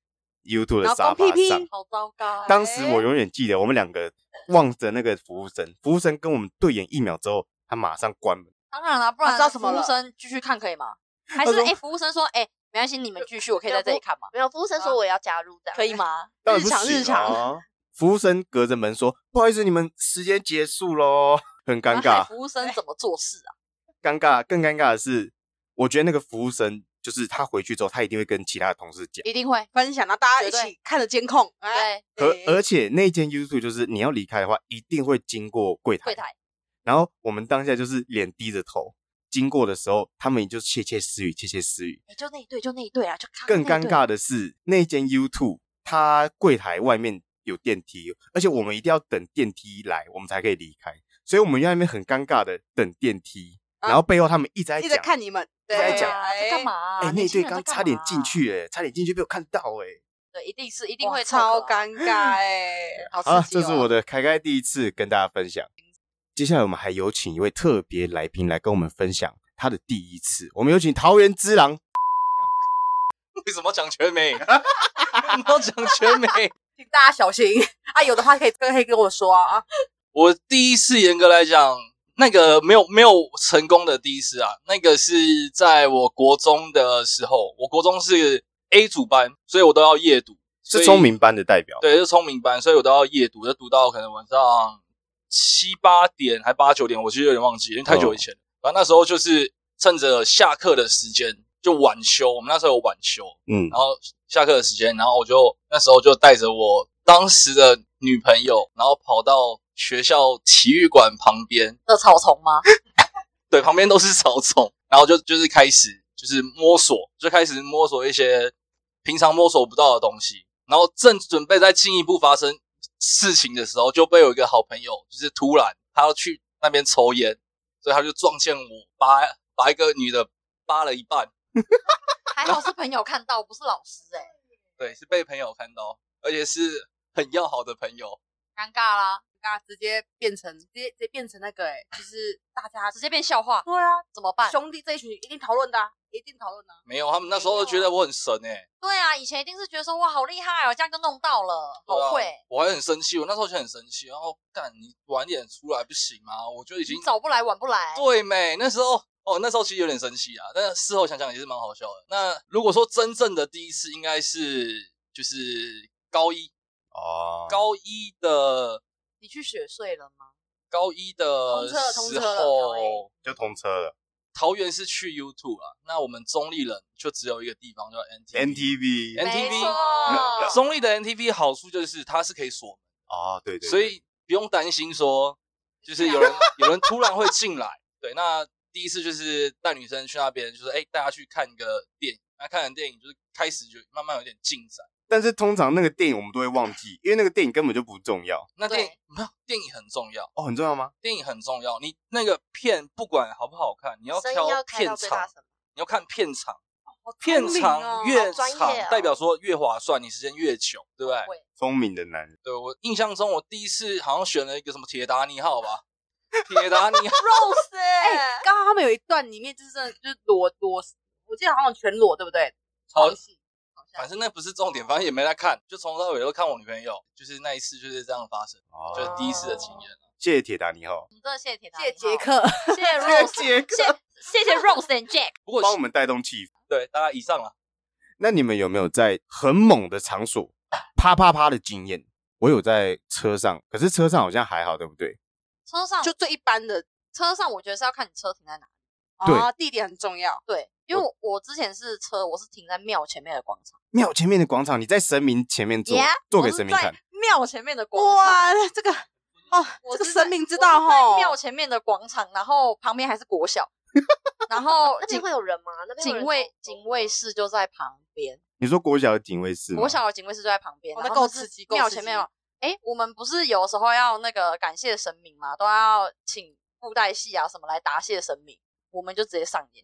[SPEAKER 1] YouTube 的
[SPEAKER 5] 然后
[SPEAKER 1] 沙
[SPEAKER 5] 光
[SPEAKER 1] 发
[SPEAKER 5] 屁屁
[SPEAKER 1] 上，
[SPEAKER 2] 好糟糕。
[SPEAKER 1] 当时我永远记得，我们两个望着那个服务生，服务生跟我们对眼一秒之后，他马上关门。
[SPEAKER 2] 当然了，不
[SPEAKER 5] 啊
[SPEAKER 2] 然
[SPEAKER 5] 知道什么
[SPEAKER 2] 服务
[SPEAKER 5] 了
[SPEAKER 2] 生继续看可以吗？还
[SPEAKER 1] 他
[SPEAKER 2] 是
[SPEAKER 1] 说
[SPEAKER 2] 哎，服务生说，哎，没关系，你们继续，我可以在这里看吗？
[SPEAKER 4] 没有服务生说我也要加入的，
[SPEAKER 2] 可以？吗？
[SPEAKER 1] 当然
[SPEAKER 2] 日
[SPEAKER 1] 不
[SPEAKER 2] 常
[SPEAKER 1] 行
[SPEAKER 2] 日常，
[SPEAKER 1] 啊。服务生隔着门说：“不好意思，你们时间结束喽。”很尴
[SPEAKER 2] 然后
[SPEAKER 1] 尬
[SPEAKER 2] 害，服务生怎么做事啊？
[SPEAKER 1] 尴尬，更尴尬的是，我觉得那个服务生就是他回去之后，他一定会跟其他的同事讲。
[SPEAKER 2] 一定会，
[SPEAKER 5] 分享，让大家
[SPEAKER 2] 绝
[SPEAKER 5] 一
[SPEAKER 2] 对
[SPEAKER 5] 起看着监控，哎，
[SPEAKER 2] 对，
[SPEAKER 1] 而
[SPEAKER 5] 对
[SPEAKER 1] 而且那间 YouTube 就是你要离开的话，一定会经过柜台。
[SPEAKER 2] 柜台
[SPEAKER 1] 然后我们当下就是脸低着头，经过的时候，他们也就窃窃私语，窃窃私语。
[SPEAKER 2] 哎，就那一对，就那一对啊，就看
[SPEAKER 1] 更
[SPEAKER 2] 那一
[SPEAKER 1] 尴
[SPEAKER 2] 对。
[SPEAKER 1] 尬的是，那间 U Two 它柜台外面有电梯，而且我们一定要等电梯来，我们才可以离开。所以我们在那边很尴尬的等电梯，
[SPEAKER 5] 啊
[SPEAKER 1] 然后背后他们一直在
[SPEAKER 5] 一直在
[SPEAKER 1] 讲，
[SPEAKER 5] 看你们，
[SPEAKER 1] 对在讲
[SPEAKER 2] 啊
[SPEAKER 5] 哎
[SPEAKER 2] 在干？嘛啊？
[SPEAKER 1] 哎、那
[SPEAKER 2] 年轻
[SPEAKER 1] 对
[SPEAKER 2] 人在
[SPEAKER 1] 刚
[SPEAKER 2] 干
[SPEAKER 1] 差点
[SPEAKER 2] 嘛啊
[SPEAKER 1] 进，去、哎，差点进去被我看到、
[SPEAKER 2] 对，一定是一
[SPEAKER 5] 一
[SPEAKER 2] 定会凑
[SPEAKER 5] 超
[SPEAKER 2] 合啊
[SPEAKER 5] 尴尬哎，
[SPEAKER 2] 好
[SPEAKER 1] 哎，好了，
[SPEAKER 2] 刺激
[SPEAKER 1] 这
[SPEAKER 2] 哦
[SPEAKER 1] 是我的开开第一次跟大家分享。接下来我们还有请一位特别来宾来跟我们分享他的第一次，我们有请桃园之狼。
[SPEAKER 6] 为什么讲全美？ 为什么讲全美？
[SPEAKER 5] 请大家小心啊！有的话可以可以跟我说啊，
[SPEAKER 6] 我第一次严格来讲，那个没有没有成功的第一次啊，那个是在我国中的时候，我国中是 A 组班，所以我都要夜读，所
[SPEAKER 1] 是
[SPEAKER 6] 以
[SPEAKER 1] 聪明班的代表，
[SPEAKER 6] 对，是聪明班，所以我都要夜读，就读到可能晚上七八点还八九点，我其实有点忘记，因为太久以前了。反正那时候就是趁着下课的时间，就晚修，我们那时候有晚修，
[SPEAKER 1] 嗯，
[SPEAKER 6] 然后下课的时间，然后我就那时候就带着我当时的女朋友，然后跑到学校体育馆旁边，
[SPEAKER 2] 的草丛吗？
[SPEAKER 6] 对，旁边都是草丛，然后就就是开始就是摸索，就开始摸索一些平常摸索不到的东西，然后正准备再进一步发生事情的时候，就被有一个好朋友，就是突然他要去那边抽烟，所以他就撞见我把把一个女的扒了一半，
[SPEAKER 2] 还好是朋友看到，不是老师哎，
[SPEAKER 6] 对，是被朋友看到，而且是很要好的朋友。
[SPEAKER 2] 尴尬啦，
[SPEAKER 5] 大家直接变成直接直接变成那个哎，就是大家
[SPEAKER 2] 直接变笑话，
[SPEAKER 5] 对啊，
[SPEAKER 2] 怎么办？
[SPEAKER 5] 兄弟这一群一定讨论的啊，一定讨论的啊。
[SPEAKER 6] 没有，他们那时候觉得我很神哎、
[SPEAKER 2] 对啊，以前一定是觉得说哇好厉害哦，这样就弄到了，
[SPEAKER 6] 对啊
[SPEAKER 2] 好哦会，
[SPEAKER 6] 我还很生气，我那时候就很生气，然后干你晚点出来不行吗？我就已经
[SPEAKER 2] 你早不来晚不来，
[SPEAKER 6] 对没？那时候哦，那时候其实有点生气啊，但是事后想想也是蛮好笑的。那如果说真正的第一次，应该是就是高一，
[SPEAKER 1] 哦，
[SPEAKER 6] 高一的
[SPEAKER 2] 你去雪睡了吗？
[SPEAKER 6] 高一的
[SPEAKER 5] 通车了通
[SPEAKER 6] 时
[SPEAKER 5] 车了
[SPEAKER 6] 候，
[SPEAKER 1] 就通车了
[SPEAKER 6] 桃园是去 U Two 啊，那我们中立人就只有一个地方叫 NT。
[SPEAKER 1] ，NTV，
[SPEAKER 6] NTV
[SPEAKER 2] 没错，嗯
[SPEAKER 6] 中立的 NTV 好处就是它是可以锁
[SPEAKER 1] 哦，对对，
[SPEAKER 6] 所以不用担 心说，就是有人有人突然会进来。对，那第一次就是带女生去那边，就是哎，带她去看个电影。那看完电影就是开始就慢慢有点进展。
[SPEAKER 1] 但是通常那个电影我们都会忘记，因为那个电影根本就不重要
[SPEAKER 6] 那电影
[SPEAKER 2] 对
[SPEAKER 6] 没有电影很重要，
[SPEAKER 1] 哦，很重要吗？
[SPEAKER 6] 电影很重要。你那个片不管好不好看，你要
[SPEAKER 4] 声
[SPEAKER 6] 挑
[SPEAKER 4] 音要开
[SPEAKER 6] 片
[SPEAKER 4] 到最大
[SPEAKER 6] 长，
[SPEAKER 4] 声，
[SPEAKER 6] 你要看片长，
[SPEAKER 5] 好聪
[SPEAKER 6] 片
[SPEAKER 5] 明哦
[SPEAKER 6] 长越
[SPEAKER 4] 好专业
[SPEAKER 6] 长
[SPEAKER 4] 哦
[SPEAKER 6] 代表说越划算，你时间越久，对不对？
[SPEAKER 2] 会
[SPEAKER 1] 聪明的男人，
[SPEAKER 6] 对我印象中，我第一次好像选了一个什么铁达尼号吧，铁达尼号。
[SPEAKER 2] ，Rose，
[SPEAKER 5] 哎，刚刚他们有一段里面就是真的就是裸裸，我记得好像全裸对不哦对？
[SPEAKER 6] 好
[SPEAKER 5] 床戏
[SPEAKER 6] 反正那不是重点，反正也没在看，就从头到尾都看我女朋友，就是那一次就是这样发生，
[SPEAKER 1] 哦
[SPEAKER 6] 就是第一次的经验。
[SPEAKER 1] 谢谢铁达尼号
[SPEAKER 2] 我们真的谢谢铁达尼
[SPEAKER 5] 谢
[SPEAKER 2] 号，
[SPEAKER 5] 谢杰克，
[SPEAKER 2] 谢谢 Rose，
[SPEAKER 1] 杰
[SPEAKER 2] 谢谢谢 Rose and Jack，
[SPEAKER 6] 不过
[SPEAKER 1] 帮我们带动气氛。
[SPEAKER 6] 对大家以上了，
[SPEAKER 1] 那你们有没有在很猛的场所啪啪啪的经验？我有在车上，可是车上好像还好，对不对？
[SPEAKER 2] 车上
[SPEAKER 5] 就最一般的
[SPEAKER 2] 车上我觉得是要看你车停在哪，
[SPEAKER 1] 对
[SPEAKER 5] 啊，地点很重要。
[SPEAKER 2] 对，因为我我之前是车我是停在庙前面的广场，
[SPEAKER 1] 庙前面的广场，你在神明前面坐
[SPEAKER 2] Yeah，
[SPEAKER 1] 做给
[SPEAKER 2] 我是
[SPEAKER 1] 神明看
[SPEAKER 2] 在，庙前面的广场。
[SPEAKER 5] 哇，这个哦，
[SPEAKER 2] 我
[SPEAKER 5] 这个
[SPEAKER 2] 是在
[SPEAKER 5] 神明知道
[SPEAKER 2] 我是在
[SPEAKER 5] 吼，
[SPEAKER 2] 庙前面的广场，然后旁边还是国小，然后
[SPEAKER 4] 那
[SPEAKER 2] 警
[SPEAKER 4] 边会有人吗？那边有人
[SPEAKER 2] 警卫
[SPEAKER 4] 走路
[SPEAKER 2] 警卫
[SPEAKER 4] 吗
[SPEAKER 2] 室就在旁边，
[SPEAKER 1] 你说国小的警卫室吗？
[SPEAKER 2] 国小的警卫室就在旁边，
[SPEAKER 5] 哦
[SPEAKER 2] 然
[SPEAKER 5] 那
[SPEAKER 2] 后
[SPEAKER 5] 够
[SPEAKER 2] 就是
[SPEAKER 5] 刺激够
[SPEAKER 2] 庙
[SPEAKER 5] 刺
[SPEAKER 2] 前
[SPEAKER 5] 激
[SPEAKER 2] 面嘛。哎，我们不是有时候要那个感谢神明嘛，都要请布袋戏啊什么来答谢神明，我们就直接上演，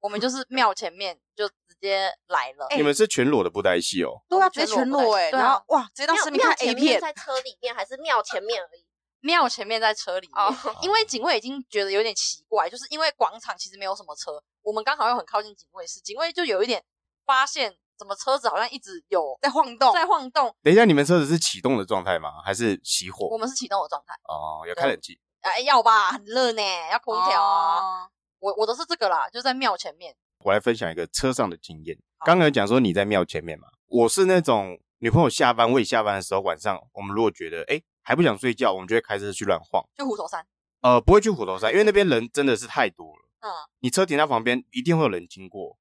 [SPEAKER 2] 我们就是庙前面就直接来了。
[SPEAKER 1] 你们是全裸的布袋戏哦，
[SPEAKER 5] 都要直接
[SPEAKER 2] 全
[SPEAKER 5] 全
[SPEAKER 2] 裸
[SPEAKER 5] 裸
[SPEAKER 2] 不太
[SPEAKER 5] 哎，
[SPEAKER 2] 对啊
[SPEAKER 5] 然后哇，直接让
[SPEAKER 4] 庙
[SPEAKER 5] 神明
[SPEAKER 4] 庙
[SPEAKER 5] 看
[SPEAKER 4] 前
[SPEAKER 5] A
[SPEAKER 4] 面
[SPEAKER 5] 片，
[SPEAKER 4] 在车里面还是庙前面而已？
[SPEAKER 2] 庙前面在车里面，
[SPEAKER 4] 哦，
[SPEAKER 2] 因为警卫已经觉得有点奇怪，就是因为广场其实没有什么车，我们刚好又很靠近警卫室，警卫就有一点发现怎么车子好像一直有
[SPEAKER 5] 在晃动，
[SPEAKER 2] 在晃动，
[SPEAKER 1] 等一下，你们车子是启动的状态吗？还是熄
[SPEAKER 2] 我
[SPEAKER 1] 火？
[SPEAKER 2] 们是启动的状态，
[SPEAKER 1] 哦，有开冷气。
[SPEAKER 2] 哎、要吧，很热呢，要空调啊，
[SPEAKER 5] 哦。
[SPEAKER 2] 我我都是这个啦，就在庙前面，
[SPEAKER 1] 我来分享一个车上的经验。刚刚有讲说你在庙前面嘛，我是那种女朋友下班，我也下班的时候，晚上我们如果觉得哎、诶还不想睡觉，我们就会开车去乱晃。
[SPEAKER 2] 就虎头山，
[SPEAKER 1] 呃，不会去虎头山，因为那边人真的是太多了。
[SPEAKER 2] 嗯，
[SPEAKER 1] 你车停在旁边，一定会有人经过。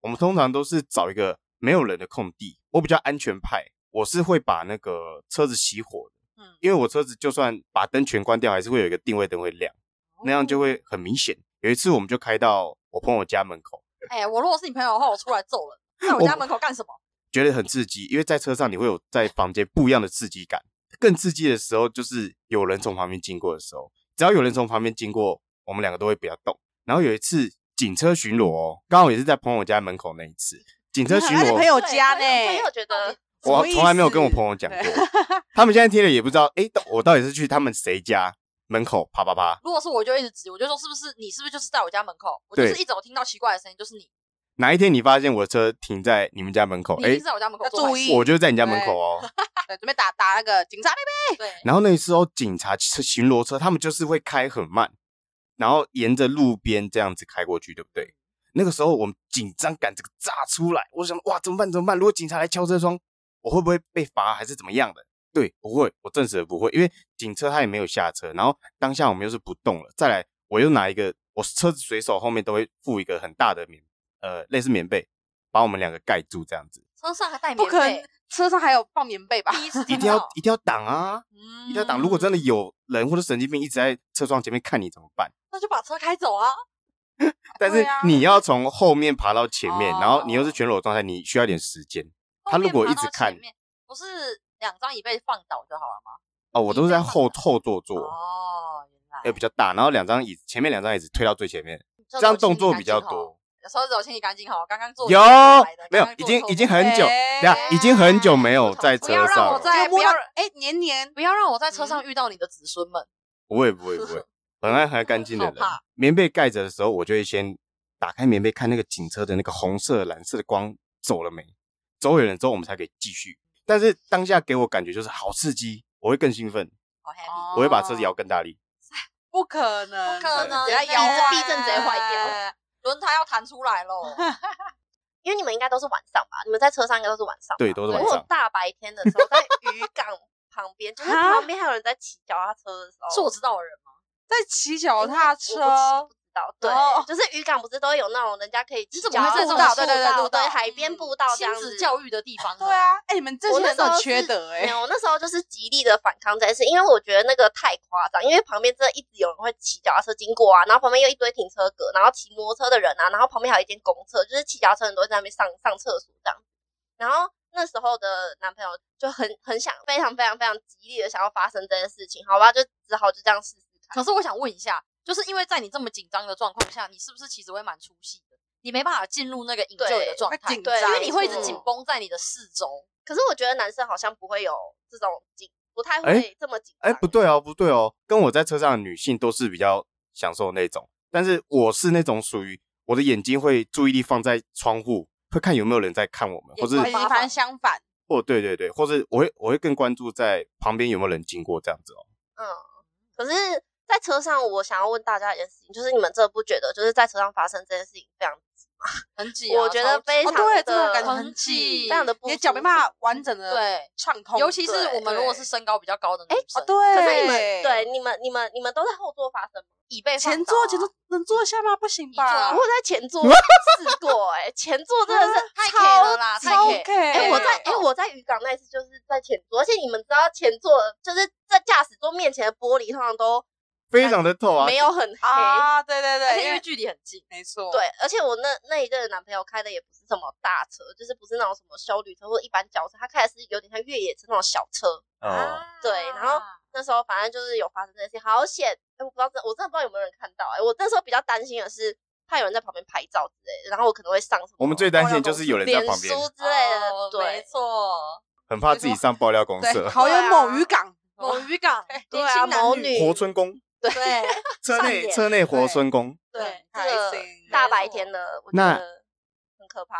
[SPEAKER 1] 我们通常都是找一个没有人的空地。我比较安全派，我是会把那个车子熄火的。
[SPEAKER 2] 嗯
[SPEAKER 1] 因为我车子就算把灯全关掉，还是会有一个定位灯会亮，
[SPEAKER 2] 哦
[SPEAKER 1] 那样就会很明显。有一次我们就开到我朋友家门口，
[SPEAKER 2] 哎、我如果是你朋友的话，我出来揍人，在我家门口干什么？
[SPEAKER 1] 觉得很刺激，因为在车上你会有在房间不一样的刺激感。更刺激的时候就是有人从旁边经过的时候，只要有人从旁边经过，我们两个都会不要动。然后有一次警车巡逻、哦，刚好也是在朋友家门口那一次，警 车 巡
[SPEAKER 5] 你很爱
[SPEAKER 1] 逻，
[SPEAKER 5] 朋友家呢，
[SPEAKER 4] 朋友觉得
[SPEAKER 5] 什么
[SPEAKER 1] 我
[SPEAKER 5] 意思
[SPEAKER 1] 从来没有跟我朋友讲过， 他们现在听了也不知道，诶，到我到底是去他们谁家门口啪啪啪，
[SPEAKER 2] 如果是我就一直指，我就说是不是你是不是就是在我家门口？我就是
[SPEAKER 1] 对
[SPEAKER 2] 一直有听到奇怪的声音，就是你，
[SPEAKER 1] 哪一天你发现我的车停在你们家门口，
[SPEAKER 2] 你一
[SPEAKER 1] 诶，
[SPEAKER 2] 定是在我家门口
[SPEAKER 5] 要
[SPEAKER 2] 做坏
[SPEAKER 5] 注
[SPEAKER 2] 事
[SPEAKER 5] 意
[SPEAKER 1] 我就在你家门口哦。
[SPEAKER 5] 对，准备打打那个警察妹妹。
[SPEAKER 2] 对，
[SPEAKER 1] 然后那时候警察车巡逻车，他们就是会开很慢，然后沿着路边这样子开过去，对不对？那个时候我们紧张感这个炸出来，我想哇怎么办怎么办？如果警察来敲车窗，我会不会被罚还是怎么样的？对，不会，我证实了不会，因为警车他也没有下车，然后当下我们又是不动了。再来，我又拿一个，我车子随手后面都会附一个很大的棉，呃，类似棉被，把我们两个盖住这样子，
[SPEAKER 2] 车上还带
[SPEAKER 5] 不
[SPEAKER 2] 棉
[SPEAKER 5] 可能
[SPEAKER 2] 被，，
[SPEAKER 5] 车上还有放棉被吧？
[SPEAKER 2] 第一次
[SPEAKER 1] 一
[SPEAKER 2] 听
[SPEAKER 1] 定要
[SPEAKER 2] 到，
[SPEAKER 1] 一定要挡啊！
[SPEAKER 2] 嗯
[SPEAKER 1] 一定要挡。如果真的有人或者神经病一直在车窗前面看你怎么办？
[SPEAKER 2] 那就把车开走啊。
[SPEAKER 1] 但是
[SPEAKER 5] 对啊
[SPEAKER 1] 你要从后面爬到前面，
[SPEAKER 5] 哦
[SPEAKER 1] 然后你又是全裸状态，你需要一点时间。他如果一直看
[SPEAKER 2] 后面爬到前面，不是两张椅背放倒就好了吗？
[SPEAKER 1] 哦，我都是在后
[SPEAKER 2] 你
[SPEAKER 1] 后座坐，
[SPEAKER 2] 哦，原来
[SPEAKER 1] 也比较大，然后两张椅子前面两张椅子推到最前面，
[SPEAKER 2] 这
[SPEAKER 1] 这样动
[SPEAKER 2] 啊
[SPEAKER 1] 作比较。多。
[SPEAKER 2] 手指头清理干净哈，刚刚做
[SPEAKER 1] 有没有？已经已经很久，
[SPEAKER 5] 哎
[SPEAKER 1] 等一下已经很久没有在
[SPEAKER 2] 不
[SPEAKER 1] 车
[SPEAKER 2] 要让
[SPEAKER 1] 上
[SPEAKER 2] 哎我
[SPEAKER 1] 了。嗯
[SPEAKER 2] 在
[SPEAKER 5] 就摸
[SPEAKER 2] 不
[SPEAKER 5] 到
[SPEAKER 2] 要
[SPEAKER 5] 哎黏黏，
[SPEAKER 2] 不要让我在车上遇到你的子孙们。
[SPEAKER 1] 不会不会不会，本来还干净的人
[SPEAKER 2] 好怕，
[SPEAKER 1] 棉被盖着的时候，我就会先打开棉被看那个警车的那个红色、蓝色的光走了没，走远了之后我们才可以继续。但是当下给我感觉就是好刺激，我会更兴奋，
[SPEAKER 2] 好 happy，
[SPEAKER 5] 哦
[SPEAKER 1] 我会把车子摇更大力。
[SPEAKER 5] 不可能，
[SPEAKER 2] 不可能，
[SPEAKER 5] 只要
[SPEAKER 4] 那
[SPEAKER 5] 摇
[SPEAKER 4] 你
[SPEAKER 5] 晃
[SPEAKER 4] 这避震直接坏
[SPEAKER 1] 啊
[SPEAKER 4] 掉，
[SPEAKER 2] 轮胎要弹出来喽。
[SPEAKER 4] 因为你们应该都是晚上吧？你们在车上应该都是晚上吧。
[SPEAKER 1] 对，都是晚
[SPEAKER 4] 我有
[SPEAKER 1] 上。
[SPEAKER 4] 大白天的时候在渔港旁边，就是
[SPEAKER 5] 哈
[SPEAKER 4] 旁边还有人在骑脚踏车的时候，
[SPEAKER 2] 是我知道的人吗？
[SPEAKER 5] 在骑脚踏车，
[SPEAKER 4] 我不知道，对
[SPEAKER 5] 哦，
[SPEAKER 4] 就是渔港不是都有那种人家可以
[SPEAKER 2] 你
[SPEAKER 4] 骑
[SPEAKER 2] 怎
[SPEAKER 4] 脚
[SPEAKER 2] 么
[SPEAKER 4] 踏
[SPEAKER 2] 会在
[SPEAKER 4] 车
[SPEAKER 2] 这种
[SPEAKER 5] 步道对
[SPEAKER 4] 对
[SPEAKER 5] 对对步道
[SPEAKER 4] 对，海边步道这
[SPEAKER 2] 亲
[SPEAKER 4] 样
[SPEAKER 2] 子
[SPEAKER 4] 子。
[SPEAKER 2] 教育的地 方呢？
[SPEAKER 5] 对啊，哎，你们这
[SPEAKER 4] 我
[SPEAKER 5] 些
[SPEAKER 4] 那
[SPEAKER 5] 人
[SPEAKER 4] 时候
[SPEAKER 5] 都
[SPEAKER 4] 是
[SPEAKER 5] 缺德
[SPEAKER 4] 没
[SPEAKER 5] 哎，
[SPEAKER 4] 有，我那时候就是极力的反抗这件事，因为我觉得那个太夸张，因为旁边真的一直有人会骑脚踏车经过啊，然后旁边又一堆停车格，然后骑摩托车的人啊，然后旁边还有一间公厕，就是骑脚踏车的人都会在那边上上厕所这样。然后那时候的男朋友就很很想，非常非常非常极力的想要发生这件事情，好吧，就只好就这样试试
[SPEAKER 2] 可
[SPEAKER 4] 看。
[SPEAKER 2] 是我想问一下，就是因为在你这么紧张的状况下，你是不是其实会蛮出戏的？你没办法进入那个 enjoy 的状态，
[SPEAKER 5] 会紧
[SPEAKER 4] 对
[SPEAKER 2] 因
[SPEAKER 5] 张，
[SPEAKER 2] 为你会一直
[SPEAKER 4] 没
[SPEAKER 1] 嗯
[SPEAKER 4] 错
[SPEAKER 2] 紧绷在你的四周。
[SPEAKER 4] 可是我觉得男生好像不会有这种紧，不太
[SPEAKER 1] 哎
[SPEAKER 4] 会这么紧
[SPEAKER 1] 哎、
[SPEAKER 4] 张。
[SPEAKER 1] 不对哦，不对哦，跟我在车上的女性都是比较享受那种，但是我是那种属于我的眼睛会注意力放在窗户，会看有没有人在看我们，或是
[SPEAKER 2] 眼光
[SPEAKER 5] 我已经反正相反，
[SPEAKER 1] 或对对对，或是我会我会更关注在旁边有没有人经过这样子哦。
[SPEAKER 4] 嗯，可是，在车上，我想要问大家一件事情，就是你们真的不觉得，就是在车上发生这件事情非常，
[SPEAKER 2] 很挤啊、
[SPEAKER 4] 我觉得
[SPEAKER 2] 超
[SPEAKER 4] 非
[SPEAKER 2] 级
[SPEAKER 5] 哦
[SPEAKER 4] 常
[SPEAKER 5] 对，
[SPEAKER 4] 的
[SPEAKER 5] 这种感觉
[SPEAKER 2] 很挤
[SPEAKER 5] 挤
[SPEAKER 4] 非，常的不
[SPEAKER 5] 你的
[SPEAKER 4] 舒
[SPEAKER 5] 脚没
[SPEAKER 4] 服
[SPEAKER 5] 办法完整的
[SPEAKER 2] 对，
[SPEAKER 5] 畅通，
[SPEAKER 2] 尤其是我们
[SPEAKER 5] 对
[SPEAKER 2] 如果是身高比较高的女生，
[SPEAKER 5] 哦对，
[SPEAKER 4] 可是你们对你们你们你们都在后座发生吗？
[SPEAKER 2] 椅背放
[SPEAKER 5] 前
[SPEAKER 2] 倒啊
[SPEAKER 5] 座前座能坐下吗？不行吧
[SPEAKER 2] 啊
[SPEAKER 4] 我？有在前座试过、哎，前座真的是
[SPEAKER 2] 太 K 了
[SPEAKER 4] 超。
[SPEAKER 2] 啦，太
[SPEAKER 5] 超
[SPEAKER 2] K。
[SPEAKER 5] K，
[SPEAKER 4] 哎、我在哎、
[SPEAKER 5] 哦
[SPEAKER 4] 我在渔港那一次就是在前座，而且你们知道前座就是在驾驶座面前的玻璃通常都
[SPEAKER 1] 非常的透啊，
[SPEAKER 4] 没有很黑，
[SPEAKER 5] 啊，对对
[SPEAKER 2] 而
[SPEAKER 5] 对，
[SPEAKER 2] 且因
[SPEAKER 5] 因
[SPEAKER 2] 为
[SPEAKER 5] 为
[SPEAKER 2] 距离很近，
[SPEAKER 5] 没错，
[SPEAKER 4] 对，而且我那那一任的男朋友开的也不是什么大车，就是不是那种什么修旅车或一般轿车，他开的是有点像越野车那种小车。
[SPEAKER 1] 哦，
[SPEAKER 5] 啊
[SPEAKER 4] 对然后那时候反正就是有发生这件事情，好险！哎我不知道真，我真的不知道有没有人看到、哎，我那时候比较担心的是怕有人在旁边拍照之类的，然后我可能会上什么
[SPEAKER 1] 我们最担心的就是有人在
[SPEAKER 4] 脸
[SPEAKER 1] 旁边，
[SPEAKER 4] 书之类的。
[SPEAKER 2] 哦没
[SPEAKER 4] 对，
[SPEAKER 2] 错，
[SPEAKER 1] 很怕自己上爆料公
[SPEAKER 5] 对，
[SPEAKER 1] 社。
[SPEAKER 2] 啊
[SPEAKER 5] 桃园某渔港，
[SPEAKER 2] 某渔港，
[SPEAKER 4] 对
[SPEAKER 2] 年
[SPEAKER 4] 啊，
[SPEAKER 2] 轻男
[SPEAKER 4] 某
[SPEAKER 2] 女
[SPEAKER 4] 女
[SPEAKER 1] 活春宫，
[SPEAKER 2] 对
[SPEAKER 1] 车
[SPEAKER 2] 上
[SPEAKER 1] 内
[SPEAKER 2] 演
[SPEAKER 1] 车内活春宫。
[SPEAKER 2] 对，
[SPEAKER 4] 这个大白天的，我觉
[SPEAKER 1] 那
[SPEAKER 4] 得很可怕。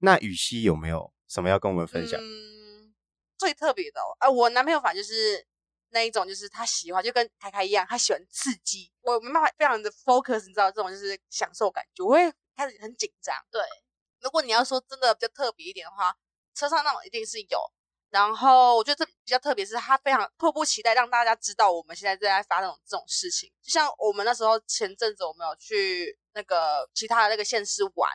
[SPEAKER 1] 那雨熙有没有什么要跟我们分享？
[SPEAKER 5] 嗯，最特别的、哦，啊，我男朋友反正就是那一种，就是他喜欢，就跟凯凯一样，他喜欢刺激。我没办法非常的 focus，你知道这种就是享受感觉，我会开始很紧张。
[SPEAKER 4] 对，
[SPEAKER 5] 如果你要说真的比较特别一点的话，车上那种一定是有。然后我觉得这比较特别，是他非常迫不及待让大家知道我们现在正在发生这种事情。就像我们那时候前阵子我们有去那个其他的那个县市玩，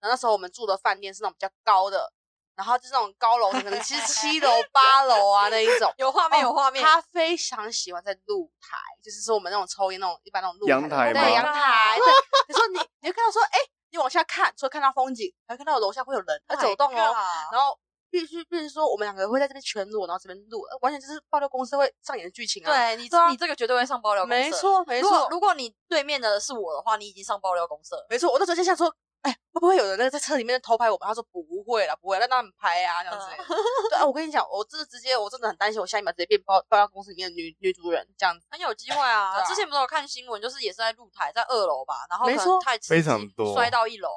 [SPEAKER 5] 然后那时候我们住的饭店是那种比较高的，然后就是那种高楼层，可能是七楼、八楼啊那 一种。
[SPEAKER 2] 有画面
[SPEAKER 5] 哦
[SPEAKER 2] 有画面，
[SPEAKER 5] 他非常喜欢在露台，就是说我们那种抽烟那种一般那种露
[SPEAKER 1] 阳台吗
[SPEAKER 5] 对阳台。对，你说你，你就看到说，哎、你往下看，除了看到风景，还会看到楼下会有人
[SPEAKER 2] Oh
[SPEAKER 5] 在走动哦。然后必须必须说，我们两个会在这边全裸，然后这边录，呃完全就是爆料公司会上演的剧情啊。
[SPEAKER 2] 对你
[SPEAKER 5] 对啊
[SPEAKER 2] 你这个绝对会上爆料公社，
[SPEAKER 5] 没错没
[SPEAKER 2] 如果
[SPEAKER 5] 错
[SPEAKER 2] 如果你对面的是我的话，你已经上爆料公社了。
[SPEAKER 5] 没错，我那时候就想说。哎，会不会有人那个在车里面偷拍我们？他说不会啦，不会，让他们拍啊，这样子。
[SPEAKER 2] 嗯
[SPEAKER 5] 对啊，我跟你讲，我这直接，我真的很担心，我下一秒直接变爆爆料公司里面的女女主人这样子。
[SPEAKER 2] 很有机会啊！
[SPEAKER 5] 对啊
[SPEAKER 2] 之前不是有看新闻，就是也是在露台，在二楼吧，然后可
[SPEAKER 5] 没
[SPEAKER 2] 能
[SPEAKER 5] 错
[SPEAKER 2] 太刺
[SPEAKER 1] 非
[SPEAKER 2] 激
[SPEAKER 1] 常多
[SPEAKER 2] 摔到一楼、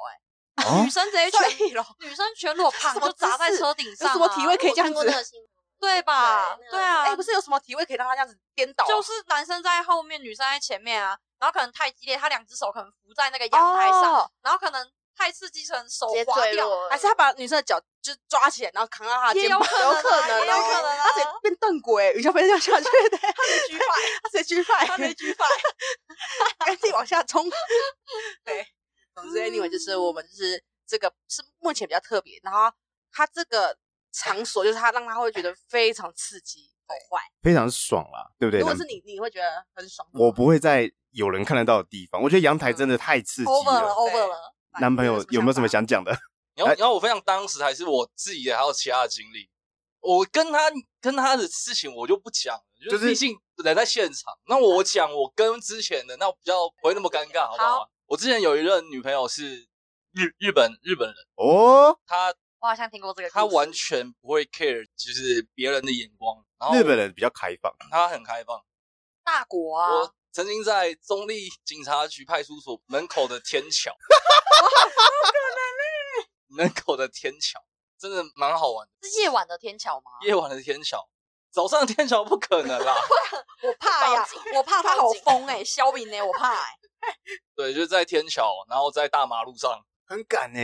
[SPEAKER 2] 哎、
[SPEAKER 1] 哦
[SPEAKER 2] 女生直接
[SPEAKER 5] 摔
[SPEAKER 2] 全一楼，女生全裸躺
[SPEAKER 5] 什么
[SPEAKER 2] 就砸在
[SPEAKER 5] 姿势
[SPEAKER 2] 车顶
[SPEAKER 5] 有
[SPEAKER 2] 上、啊，
[SPEAKER 5] 什么体位可以这样
[SPEAKER 4] 我听
[SPEAKER 5] 子
[SPEAKER 4] 过？这个新闻，
[SPEAKER 2] 对吧？
[SPEAKER 4] 对 那个
[SPEAKER 2] 对啊，
[SPEAKER 5] 哎、不是有什么体位可以让他这样子颠倒啊？
[SPEAKER 2] 就是男生在后面，女生在前面啊，然后可能太激烈，他两只手可能扶在那个阳台上，
[SPEAKER 5] 哦
[SPEAKER 2] 然后可能太刺激成手
[SPEAKER 4] 直接
[SPEAKER 2] 滑
[SPEAKER 4] 坠
[SPEAKER 2] 掉，
[SPEAKER 4] 落了，
[SPEAKER 5] 还是他把女生的脚就抓起来，然后扛到他的
[SPEAKER 2] 也
[SPEAKER 5] 肩
[SPEAKER 2] 有
[SPEAKER 5] 膀，
[SPEAKER 2] 可能啊
[SPEAKER 5] 能
[SPEAKER 2] 也有
[SPEAKER 5] 哦
[SPEAKER 2] 可能啊
[SPEAKER 5] 他直接变邓鬼，于小飞这样下去的，他直接
[SPEAKER 2] 举 牌，
[SPEAKER 5] 他直接举牌，
[SPEAKER 2] 他没 举牌，
[SPEAKER 5] 赶紧往下冲。 对，总之 anyway 就是我们就是这个是目前比较特别，然后他这个场所就是他让他会觉得非常刺激，好坏。
[SPEAKER 1] 非常爽啦，对不对？
[SPEAKER 5] 如果
[SPEAKER 1] 咱
[SPEAKER 5] 是
[SPEAKER 1] 们
[SPEAKER 5] 你，你会觉得很爽吗。
[SPEAKER 1] 我不会在有人看得到的地方，我觉得阳台真的太刺激
[SPEAKER 2] over 了
[SPEAKER 1] 了。
[SPEAKER 2] over 了，
[SPEAKER 1] 男朋友有没有什么想讲的？
[SPEAKER 6] 你要你要我分享当时还是我自己的，还有其他的经历。我跟他跟他的事情我就不讲了，就
[SPEAKER 1] 就是
[SPEAKER 6] 是毕竟人在现场。那我讲我跟之前的，那比较不会那么尴尬，好不好？我之前有一任女朋友是日日本日本人，
[SPEAKER 1] 哦，
[SPEAKER 6] 她
[SPEAKER 2] 我好像听过这个故事，
[SPEAKER 6] 她完全不会 care 就是别人的眼光，然后
[SPEAKER 1] 日本人比较开放，
[SPEAKER 6] 她很开放。
[SPEAKER 2] 大国啊，
[SPEAKER 6] 我曾经在中立警察局派出所门口的天桥，门口的天桥真的蛮好玩的。
[SPEAKER 2] 是夜晚的天桥吗？
[SPEAKER 6] 夜晚的天桥，早上的天桥不可能啦。
[SPEAKER 2] 我
[SPEAKER 5] 哎
[SPEAKER 2] 怕呀，我怕他好 疯哎、欸，肖敏哎，我怕哎、
[SPEAKER 6] 对，就是在天桥，然后在大马路上。
[SPEAKER 1] 很敢呢、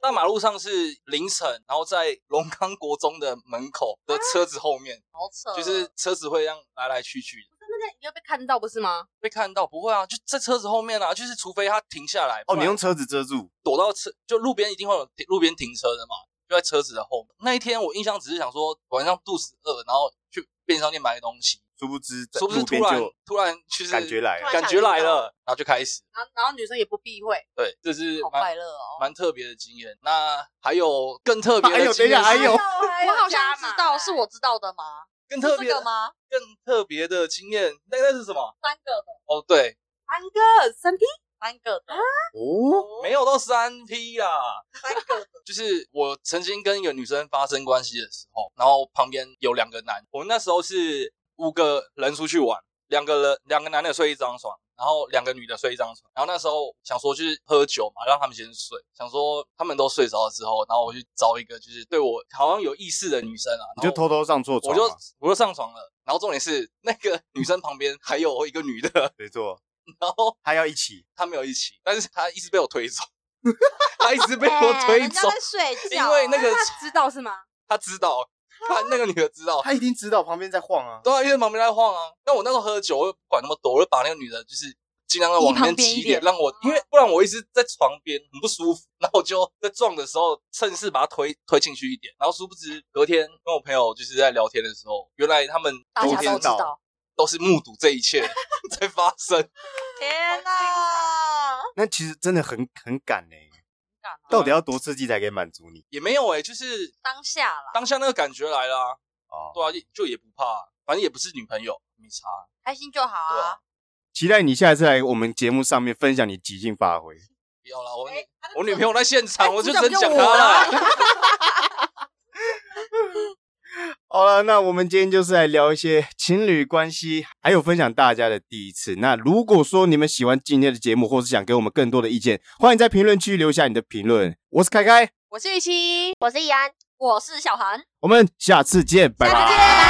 [SPEAKER 6] 大马路上是凌晨，然后在龙岗国中的门口的车子后面，
[SPEAKER 2] 好扯哦
[SPEAKER 6] 就是车子会这样来来去去的，
[SPEAKER 5] 你会被看到不是吗？
[SPEAKER 6] 被看到不会啊，就在车子后面啊，就是除非他停下来。
[SPEAKER 1] 哦，
[SPEAKER 6] 不
[SPEAKER 1] 你
[SPEAKER 6] 然
[SPEAKER 1] 用车子遮住，
[SPEAKER 6] 躲到车，就路边一定会有停路边停车的嘛，就在车子的后面。那一天我印象只是想说晚上肚子饿，然后去便利商店买个东西，
[SPEAKER 1] 殊不知在
[SPEAKER 6] 殊不知
[SPEAKER 1] 路
[SPEAKER 6] 突
[SPEAKER 1] 边
[SPEAKER 6] 然
[SPEAKER 1] 就
[SPEAKER 6] 突然就是
[SPEAKER 1] 感觉来
[SPEAKER 4] 突
[SPEAKER 1] 了
[SPEAKER 4] 然。
[SPEAKER 6] 感觉来了，然后就开始。
[SPEAKER 5] 然后然后女生也不避讳，
[SPEAKER 6] 对，这是
[SPEAKER 2] 好
[SPEAKER 6] 蛮
[SPEAKER 2] 快乐哦
[SPEAKER 6] 蛮特别的经验。那还有更特别
[SPEAKER 1] 哎呦
[SPEAKER 6] 的经验是，
[SPEAKER 1] 等一下 哎呦
[SPEAKER 2] 我好像知道，是我知道的吗？
[SPEAKER 6] 更
[SPEAKER 2] 是
[SPEAKER 6] 特
[SPEAKER 2] 这
[SPEAKER 6] 别的
[SPEAKER 2] 个吗？
[SPEAKER 6] 更特别的经验，那那是什么？
[SPEAKER 2] 三个的，
[SPEAKER 6] 哦，对，
[SPEAKER 5] 三个三 P
[SPEAKER 2] 三个的，
[SPEAKER 1] 哦，
[SPEAKER 6] 没有到三 P 啦，
[SPEAKER 2] 三个的，
[SPEAKER 6] 就是我曾经跟一个女生发生关系的时候，然后旁边有两个男，我们那时候是五个人出去玩，两个人两个男的睡一张床，然后两个女的睡一张床，然后那时候想说就是喝酒嘛，让他们先睡，想说他们都睡着了之后，然后我去找一个就是对我好像有意思的女生啊，
[SPEAKER 1] 你就
[SPEAKER 6] 然后
[SPEAKER 1] 偷偷上错
[SPEAKER 6] 我
[SPEAKER 1] 床、
[SPEAKER 6] 就
[SPEAKER 1] 啊，
[SPEAKER 6] 我就上床了，然后重点是那个女生旁边还有一个女的，
[SPEAKER 1] 没错，
[SPEAKER 6] 然后
[SPEAKER 1] 他要一起，
[SPEAKER 6] 她没有一起，但是她一直被我推走， 她一直被我
[SPEAKER 2] 哎
[SPEAKER 6] 推
[SPEAKER 2] 人家
[SPEAKER 6] 走，
[SPEAKER 2] 在哎睡觉，啊
[SPEAKER 6] 因为那个
[SPEAKER 5] 知道是吗？
[SPEAKER 6] 他知道，他那个女的知道，
[SPEAKER 1] 他一定知道旁边在晃啊。
[SPEAKER 6] 对啊，因为旁边在晃啊。那我那时候喝酒，我也不管那么多，我就把那个女的就是尽量的往里面挤一点，让我因为不然我一直在床边很不舒服， 然后我就在撞的时候趁势把她推推进去一点，然后殊不知隔天跟我朋友就是在聊天的时候，原来他们
[SPEAKER 2] 大
[SPEAKER 6] 昨
[SPEAKER 2] 家
[SPEAKER 6] 天
[SPEAKER 2] 都知道。
[SPEAKER 6] 都是目睹这一切 在发生。
[SPEAKER 2] 天哪！
[SPEAKER 1] 那其实真的很很敢呢、
[SPEAKER 2] 啊
[SPEAKER 1] 到底要多刺激才可以满足你
[SPEAKER 6] 也没有哎、就是
[SPEAKER 2] 当下啦，
[SPEAKER 6] 当下那个感觉来啦、
[SPEAKER 1] 哦？
[SPEAKER 6] 对啊，也就也不怕，反正也不是女朋友，没差。
[SPEAKER 2] 开心就好
[SPEAKER 6] 对
[SPEAKER 2] 啊
[SPEAKER 6] 啊。
[SPEAKER 1] 期待你下一次来我们节目上面分享你即兴发挥。
[SPEAKER 6] 不要啦，我女、我哎女朋友在哎啊现场，我就只能
[SPEAKER 5] 主角
[SPEAKER 6] 讲
[SPEAKER 5] 不
[SPEAKER 6] 她
[SPEAKER 5] 就我
[SPEAKER 6] 啦。
[SPEAKER 1] 好了，那我们今天就是来聊一些情侣关系，还有分享大家的第一次。那如果说你们喜欢今天的节目，或是想给我们更多的意见，欢迎在评论区留下你的评论。我是凯凯，
[SPEAKER 5] 我是玉琪，
[SPEAKER 4] 我是怡安，
[SPEAKER 2] 我是小韩，
[SPEAKER 1] 我们下次见，拜
[SPEAKER 2] 下次
[SPEAKER 1] 拜。
[SPEAKER 2] 见。